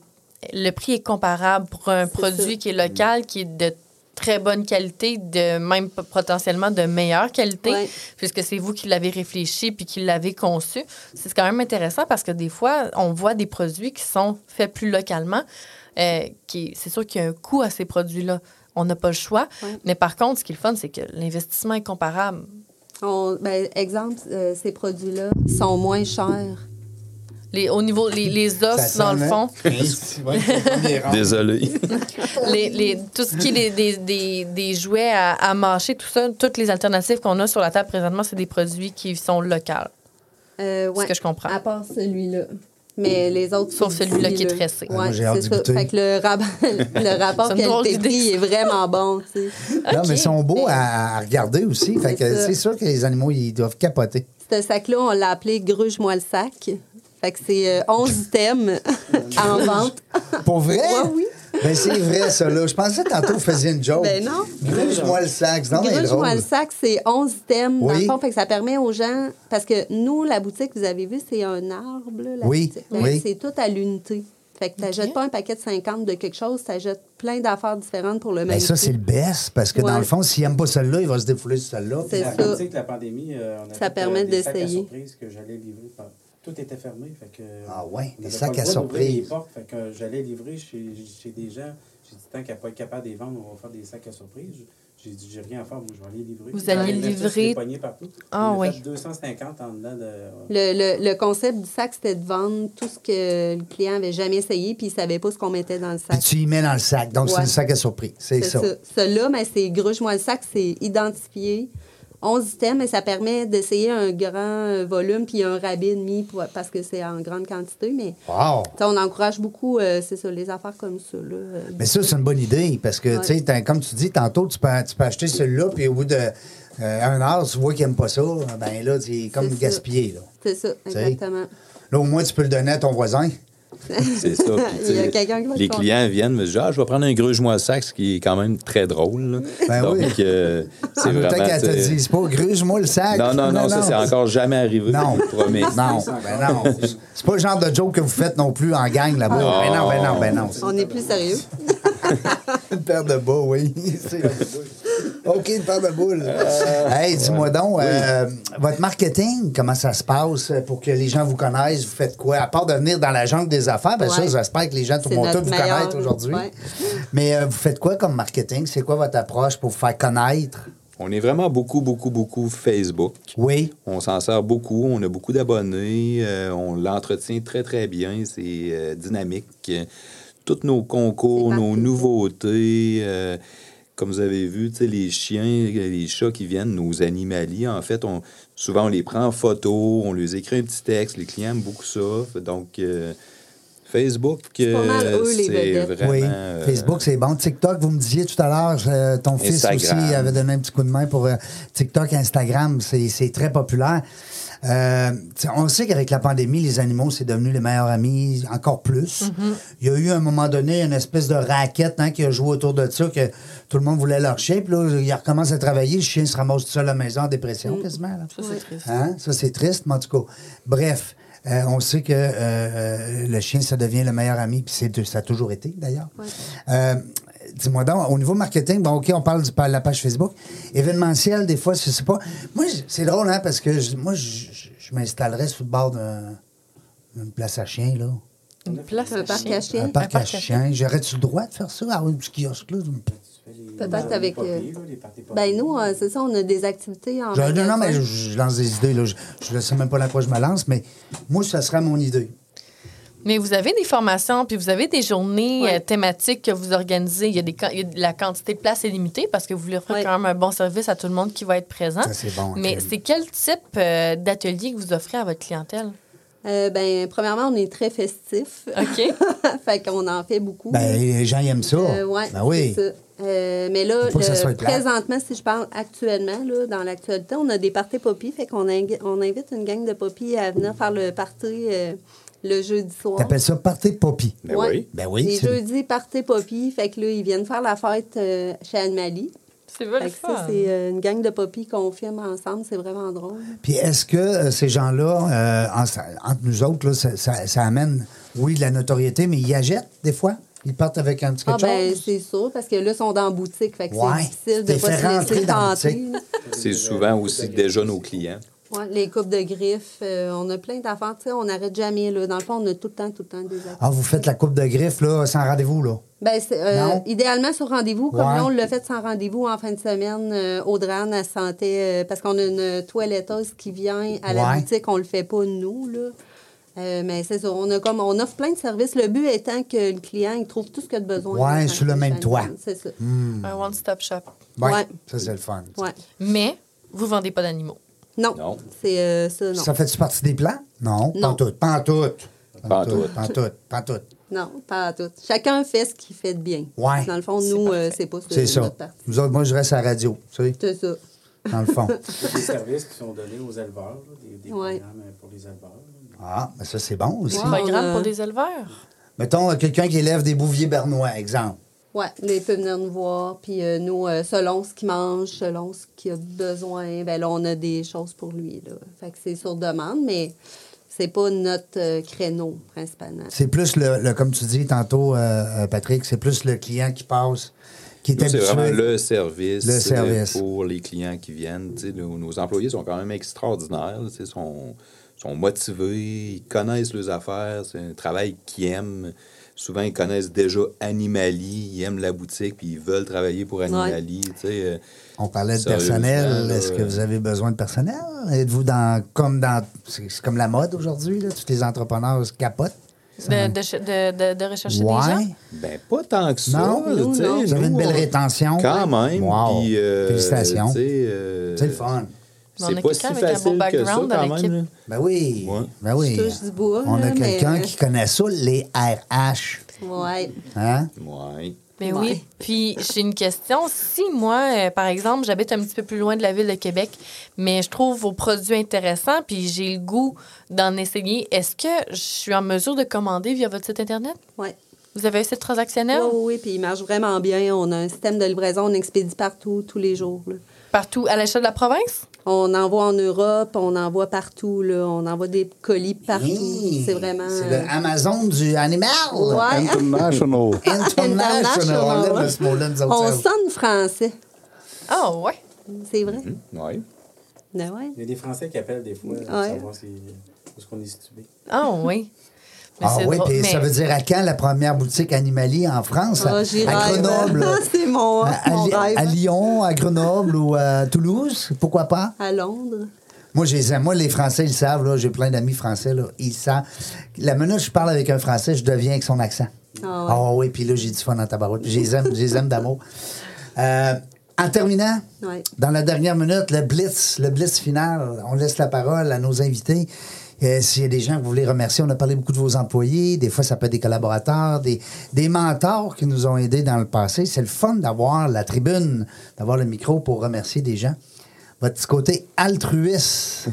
le prix est comparable pour un produit
ça.
qui est local, qui est de très bonne qualité, de même p- potentiellement de meilleure qualité,
Ouais.
puisque c'est vous qui l'avez réfléchi puis qui l'avez conçu. C'est quand même intéressant parce que des fois, on voit des produits qui sont faits plus localement. euh, qui, c'est sûr qu'il y a un coût à ces produits-là. On n'a pas le choix.
Ouais.
Mais par contre, ce qui est le fun, c'est que l'investissement est comparable.
On- ben, exemple, euh, ces produits-là sont moins chers.
Les, au niveau, les, les os,
Ça
dans
sent
le fond,
Désolé.
les, les- tout ce qui est des, des, des- des jouets à, à mâcher, tout ça, toutes les alternatives qu'on a sur la table présentement, c'est des produits qui sont locaux.
Euh, ouais.
que je comprends.
À part celui-là. Mais les autres.
Sauf
c'est
celui-là
d'ici,
qui est
là.
tressé.
Ouais,
moi, j'ai hâte
c'est
d'y
ça.
goûter.
Fait que le, rab- le rapport
C'est une drôle
qualité-prix est vraiment bon. tu sais.
Non,
Ok.
mais ils sont beaux à, à regarder aussi. Fait que
C'est ça.
c'est sûr que les animaux, ils doivent capoter.
Ce sac-là, on l'a appelé Gruge-moi le sac. Fait que c'est euh, 11 items en vente.
Pour vrai?
Ah. Ouais, oui.
Ben, c'est vrai, ça, là. Je pensais que tantôt, vous faisiez une joke.
Ben non.
Gruge-moi le sac. Non, mais drôle.
Gruge-moi le sac, c'est 11 items dans le
Oui.
fond. Fait que ça permet aux gens. Parce que nous, la boutique, vous avez vu, c'est un arbre. là, la
Oui,
boutique. Ben,
oui.
C'est tout à l'unité. Fait que tu
Ok.
pas un paquet de 50 de quelque chose, tu achètes plein d'affaires différentes pour le même.
Ben, ça,
prix.
c'est le best, parce que dans
Ouais.
le fond, s'il n'aime pas celle-là, il va se défouler sur celle-là.
C'est
La-
ça.
Tu sais que la pandémie, euh, on a
Ça
fait,
permet
des sacs à
d'essayer.
surprise que j'allais livrer. par- Tout était fermé. Fait que, euh,
Ah ouais,
on
des
avait
sacs
pas le
à
droit d'ouvrir les
surprise.
portes, fait que j'allais livrer chez, chez des gens. J'ai dit, tant qu'à pas être capable de les vendre, on va faire des sacs à surprise. J'ai dit, j'ai rien à faire, je vais aller livrer.
Vous
Puis,
allez
on a tous
livrer-
des poignées partout.
Ah
On a
ouais.
fait 250 en dedans de.
Le, le- le concept du sac, c'était de vendre tout ce que le client avait jamais essayé, puis il savait pas ce qu'on mettait dans le
Puis
sac.
tu y mets dans le sac. Donc, c'est
Ouais.
un sac à surprise. C'est
C'est
ça.
ça. Celui-là, mais c'est gruge-moi le sac, c'est identifié. 11 items, mais ça permet d'essayer un grand euh, volume, puis un rabais et demi, pour- parce que c'est en grande quantité. Mais
Wow!
tu sais, on encourage beaucoup, euh, c'est ça, les affaires comme ça. là, euh,
Mais ça, c'est une bonne idée, parce que,
Ouais.
tu sais, t'as- comme tu dis tantôt, tu peux, tu peux acheter celui-là, puis au bout de euh, un heure, tu vois qu'il n'aime pas ça. Ben là, c'est comme
C'est ça.
gaspillé, là.
C'est ça,
sais.
exactement.
Là, au moins, tu peux le donner à ton voisin.
C'est ça. Puis, tu sais,
Il y a quelqu'un qui va
les
te
clients viennent me disent ah, je vais prendre un gruge moi sac, ce qui est quand même très drôle. là.
Ben
Donc,
oui.
euh, c'est
En même
vraiment.
temps Ah, qu'elle
tu
te
sais,
dise pas, gruge-moi le sac.
non, non, non, ça, c'est encore jamais arrivé.
Non,
je vous promets.
non, ben non. C'est pas le genre de joke que vous faites non plus en gang là-bas.
Ah.
Ben non, ben non, ben non.
On est plus sérieux.
Une paire de bas, oui. C'est- OK, une paire de boules.
Euh,
hey, dis-moi donc, euh, votre marketing, comment ça se passe pour que les gens vous connaissent? Vous faites quoi? À part de venir dans la jungle des affaires, bien
Ouais.
sûr, j'espère que les gens tout le
C'est
monde
notre
vous
meilleur,
connaissent aujourd'hui.
ouais.
Mais euh, vous faites quoi comme marketing? C'est quoi votre approche pour vous faire connaître?
On est vraiment beaucoup, beaucoup, beaucoup Facebook.
Oui.
On s'en sert beaucoup, on a beaucoup d'abonnés, euh, on l'entretient très, très bien, c'est euh, dynamique. Euh, Tous nos concours,
C'est
nos
parfait.
nouveautés, euh, comme vous avez vu, tu sais, les chiens, les chats qui viennent, nos animaliers, en fait, on, souvent on les prend en photo, on les écrit un petit texte, les clients aiment beaucoup ça. Donc, euh, Facebook,
C'est pas mal,
euh,
eux, les
c'est
vedettes.
vraiment...
oui.
euh,
Facebook, c'est bon. TikTok, vous me disiez tout à l'heure, euh, ton fils
Instagram.
aussi avait donné un petit coup de main pour euh, TikTok, Instagram, c'est c'est très populaire. Euh, t'sais, on sait qu'avec la pandémie, les animaux, c'est devenu les meilleurs amis encore plus.
Mm-hmm.
Il y a eu à un moment donné une espèce de raquette hein, qui a joué autour de ça, que tout le monde voulait leur chien. Puis là, il recommence à travailler, le chien se ramasse tout seul à la maison en dépression quasiment. là.
Mm. Ça, c'est triste.
Hein? Ça, c'est triste, mais en tout cas, bref, euh, on sait que euh, euh, le chien, ça devient le meilleur ami, puis c'est- ça a toujours été, d'ailleurs. Euh, Dis-moi donc, au niveau marketing, bon, OK, on parle du- de la page Facebook. Événementiel, des fois, je sais pas. Moi, j- c'est drôle, hein, parce que je- moi, je je- je m'installerais sous le bord d'un- d'une place à chien, là.
Une place
Un
à
parc
chien.
à chien.
Un parc à
parc à
chien. J'aurais-tu le droit de faire ça? Ah oui, du kiosque, là.
Peut-être avec. euh, ben, nous, euh, c'est ça, on a des activités en.
Je- non, non,
magasin.
mais je, je lance des idées, là. Je, je sais même pas dans quoi je me lance, mais moi, ça serait mon idée.
Mais vous avez des formations, puis vous avez des journées
Ouais.
euh, thématiques que vous organisez. Il y a des, can- il y a de- la quantité de place est limitée parce que vous voulez offrir
Ouais.
quand même un bon service à tout le monde qui va être présent.
Ça, c'est bon,
Mais
Kim.
c'est quel type euh, d'atelier que vous offrez à votre clientèle?
Euh, ben, premièrement, on est très festif.
OK.
fait qu'on en fait beaucoup.
Ben, les gens ils aiment ça.
Euh, ouais,
ben oui.
c'est ça. Euh, mais là,
Faut pas que ça
le-
soit plate.
présentement, si je parle actuellement, là, dans l'actualité, on a des parties popis. Fait qu'on ingu- on invite une gang de popis à venir faire le party euh, le jeudi soir.
T'appelles ça party poppy.
Ben
Ouais.
oui.
Ben oui.
Les
c'est-
jeudis, party popis. Fait que là, ils viennent faire la fête euh, chez Anne-Malie.
C'est vrai
Fait que ça, c'est euh, une gang de popis qu'on filme ensemble. C'est vraiment drôle.
Puis est-ce que euh, ces gens-là, euh, en- entre nous autres, là, ça, ça- ça amène, oui, de la notoriété, mais ils y achètent des fois? Ils partent avec un petit
Ah
quelque
ben
chose?
c'est sûr, parce que là, ils sont dans la boutique. Fait que
Ouais.
c'est difficile de
T'es
pas
fait
se
rentrer
laisser
dans la
tenter.
boutique.
là.
C'est souvent aussi déjà nos clients.
Ouais, les coupes de griffes, euh, on a plein d'affaires. Tu sais, on n'arrête jamais. Là. Dans le fond, on a tout le temps, tout le temps des affaires.
Ah, vous faites la coupe de griffes, là, sans rendez-vous, là?
Ben, c'est, euh,
Non.
idéalement sur rendez-vous, comme
Ouais.
là, on l'a fait sans rendez-vous en fin de semaine. Euh, Audran, elle se sentait. euh, parce qu'on a une toiletteuse qui vient à la
Ouais.
boutique, on le fait pas nous. Là. Euh, mais c'est ça, on, a comme, on offre plein de services. Le but étant que le client il trouve tout ce qu'il a de besoin.
Ouais,
dans
sous le
sa
même
chaîne.
toit. Hmm.
C'est ça.
Un one-stop shop.
Ouais.
Ouais.
Ça, c'est le fun. ça.
Ouais.
Mais vous vendez pas d'animaux.
Non.
Non.
C'est euh, ça, non.
Ça fait-tu partie des plans? Non.
Non.
Pantoute. Pantoute.
Pantoute.
Pantoute. Pantoute.
Non, pas à tout. Chacun fait ce qu'il fait de bien.
Ouais.
Dans le fond,
C'est
nous,
parfait.
euh, c'est pas ce
C'est ça.
notre partie.
Nous autres, moi, je reste à la radio, tu sais,
C'est ça.
dans le fond.
des services qui sont donnés aux éleveurs, là, des, des
Ouais.
programmes euh, pour les éleveurs. là.
ah, mais ça, c'est bon aussi.
Ouais.
Programme
on a-
pour des éleveurs.
Mettons, euh, quelqu'un qui élève des bouviers bernois, exemple.
Ouais, là, ils peuvent venir nous voir, puis euh, nous, euh, selon ce qu'il mange, selon ce qu'il a besoin, ben là, on a des choses pour lui, là. Fait que c'est sur demande, mais c'est pas notre euh, créneau, principalement.
C'est plus le, le- comme tu dis tantôt, euh, euh, Patrick, c'est plus le client qui passe, qui est
Nous, c'est
habitué.
vraiment le service,
Le
euh,
service.
pour les clients qui viennent. Tu sais, Nos, nos employés sont quand même extraordinaires. là, tu sais, sont, sont motivés, ils connaissent leurs affaires. C'est un travail qu'ils aiment. Souvent, ils connaissent déjà Animali. Ils aiment la boutique puis ils veulent travailler pour Animali. tu sais, euh,
On parlait de
Sérieusement,
personnel.
là,
Est-ce que
ouais.
vous avez besoin de personnel? Êtes-vous dans comme dans c'est c'est comme la mode aujourd'hui, là, tous les entrepreneurs se capotent.
De, de, ch- de, de- de rechercher des gens.
Ben, pas tant que ça.
Non,
là,
nous,
tu sais,
non.
Vous avez une
nous,
belle
on-
rétention.
Quand même.
Wow.
puis, euh,
Félicitations.
tu sais, euh,
C'est le fun.
Mais on a
C'est pas si
quelqu'un avec un bon
facile que ça,
background dans
quand
l'équipe.
même. là.
Ben oui.
Ouais.
Ben oui.
Je touche du bois,
On a
là, mais- euh,
quelqu'un qui connaît ça, les RH.
Ouais.
Hein?
Ouais.
Mais
Ouais.
Ben oui. Puis j'ai une question. Si moi, euh, par exemple, j'habite un petit peu plus loin de la ville de Québec, mais je trouve vos produits intéressants, puis j'ai le goût d'en essayer, est-ce que je suis en mesure de commander via votre site Internet?
Ouais.
Vous avez un site transactionnel?
Oui, oui, puis il marche vraiment bien. On a un système de livraison, on expédie partout, tous les jours. là.
Partout à l'échelle de la province?
On envoie en Europe, on envoie partout, là. on envoie des colis partout.
Hi.
C'est vraiment. euh,
C'est le Amazon du animal.
Ouais.
International.
International. On
International,
l'aime,
ouais.
ce mot-là, nous autres,
On
ça.
sonne français.
Ah ouais.
C'est vrai?
Ouais.
Ben ouais.
Il y a des Français qui appellent des fois là, pour
Ouais.
savoir si, où est-ce qu'on est situé.
Ah oui. Mais
Ah
c'est
oui,
drôle,
puis
mais-
ça veut dire à quand la première boutique Animalie en France?
Ah,
à,
j'y
à
rêve.
Grenoble.
c'est mon,
à, à
mon
Li-
rêve.
à Lyon, à Grenoble ou à Toulouse, pourquoi pas?
À Londres.
Moi, je les aime. Moi, les Français, ils le savent, là, j'ai plein d'amis français, là, ils savent. La minute que je parle avec un Français, je deviens avec son accent.
Ah ouais.
oui, puis là, j'ai du fun en tabarouette. Je les aime, je les aime d'amour. Euh, en terminant,
Ouais.
dans la dernière minute, le blitz, le blitz final, on laisse la parole à nos invités. Euh, S'il y a des gens que vous voulez remercier, on a parlé beaucoup de vos employés, des fois ça peut être des collaborateurs, des, des mentors qui nous ont aidés dans le passé. C'est le fun d'avoir la tribune, d'avoir le micro pour remercier des gens. votre petit côté altruiste.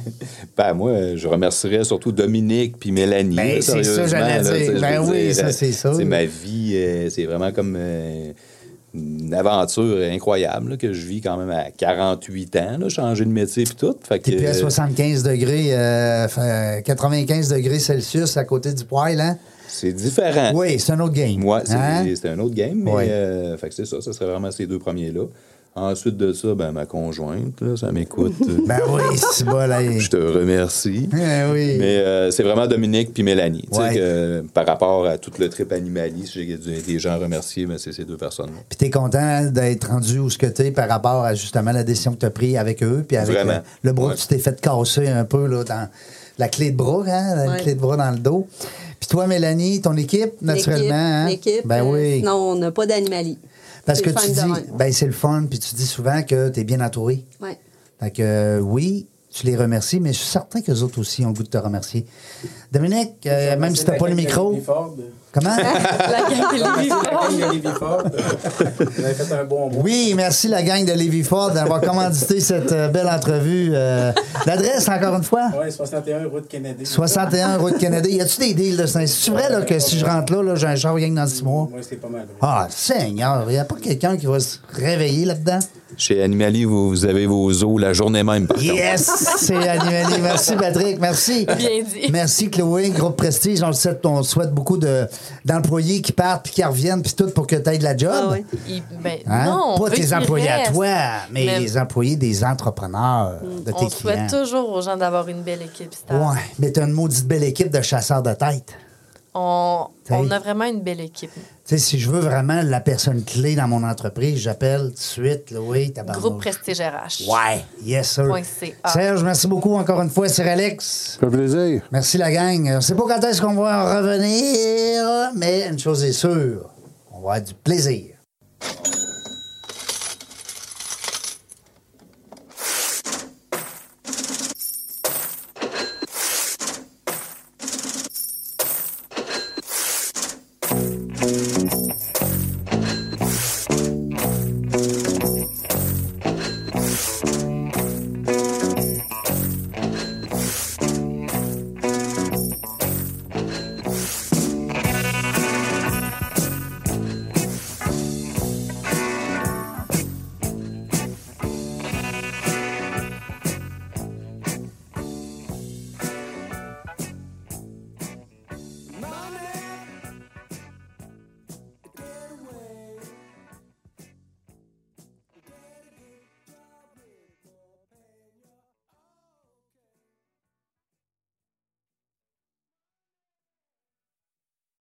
Ben, moi, je remercierais surtout Dominique puis Mélanie.
Ben,
là,
c'est ça,
sérieusement,
j'allais
là,
dire.
tu sais, je
Ben
veux
oui,
dire,
ça,
euh,
c'est ça.
C'est ma vie. euh, c'est vraiment comme euh, une aventure incroyable là, que je vis quand même à 48 ans, là, changer de métier puis tout. Fait que,
T'es plus à
euh,
75 degrés, euh, fin, 95 degrés Celsius à côté du poêle, hein?
c'est différent.
Oui, c'est un autre game.
Moi, Ah. c'est
Hein?
c'est un autre game, mais
Oui.
euh, fait que c'est ça, ça serait vraiment ces deux premiers-là. Ensuite de ça, ben, ma conjointe, là, ça m'écoute. Euh,
Ben oui, c'est bon, là.
je te remercie.
Ben oui.
Mais euh, c'est vraiment Dominique puis Mélanie. Tu sais,
Ouais.
que, par rapport à tout le trip animaliste, j'ai des des gens à remercier, mais c'est ces deux personnes-là.
Puis t'es content d'être rendu où ce que t'es par rapport à justement la décision que t'as prise avec eux, puis avec
Vraiment.
euh, le bras
Ouais.
que tu t'es fait casser un peu, là, dans la clé de bras, hein, la
Ouais.
clé de bras dans le dos. Puis toi, Mélanie, ton équipe, naturellement,
L'équipe,
hein?
l'équipe,
Ben
euh,
oui.
sinon, on n'a pas d'animalie.
Parce
c'est
que
le fun
tu
de
dis,
même.
ben c'est le fun, puis tu dis souvent que t'es bien entouré.
Ouais.
Fait que euh, oui, tu les remercies, mais je suis certain qu'eux autres aussi ont le goût de te remercier. Dominique, euh, même si t'as pas le micro, comment?
La gang de Lévis.
Vous avez euh, fait un bon bout.
Oui, merci la gang de Lévi Ford d'avoir commandité cette euh, belle entrevue. Euh, L'adresse, encore une fois?
Oui, 61 route canadienne.
61 Route Canada. Y a-tu des deals de saint C'est vrai là, que si je rentre là, là, j'ai un char rien que dans six mois?
Moi, c'est pas mal.
Ah, Seigneur, y a pas quelqu'un qui va se réveiller là-dedans?
Chez Animali, vous, vous avez vos os la journée même, par contre.
Yes! C'est animé. Merci, Patrick. Merci.
Bien dit.
Merci, Chloé. Groupe Prestige. On le souhaite, on souhaite beaucoup de- d'employés qui partent puis qui reviennent puis tout pour que tu aies de la job.
Ah ouais.
Il- ben,
Hein?
non, on
pas
veut
tes
qu'ils
employés à
restent.
toi, mais,
Mais- Mm,
les employés des entrepreneurs de tes
On
clients.
souhaite toujours aux gens d'avoir une belle équipe stable.
Ouais, mais t'as une maudite belle équipe de chasseurs de tête.
On, on
Hey.
a vraiment une belle équipe.
Tu sais, si je veux vraiment la personne clé dans mon entreprise, j'appelle tout de suite, Chloé, ta
Groupe Prestige RH.
Ouais, yes, sir.
Point CA.
Serge, merci beaucoup encore une fois, Sir Alex.
Ça fait plaisir.
Merci la gang. On sait pas quand est-ce qu'on va en revenir, mais une chose est sûre, on va avoir du plaisir.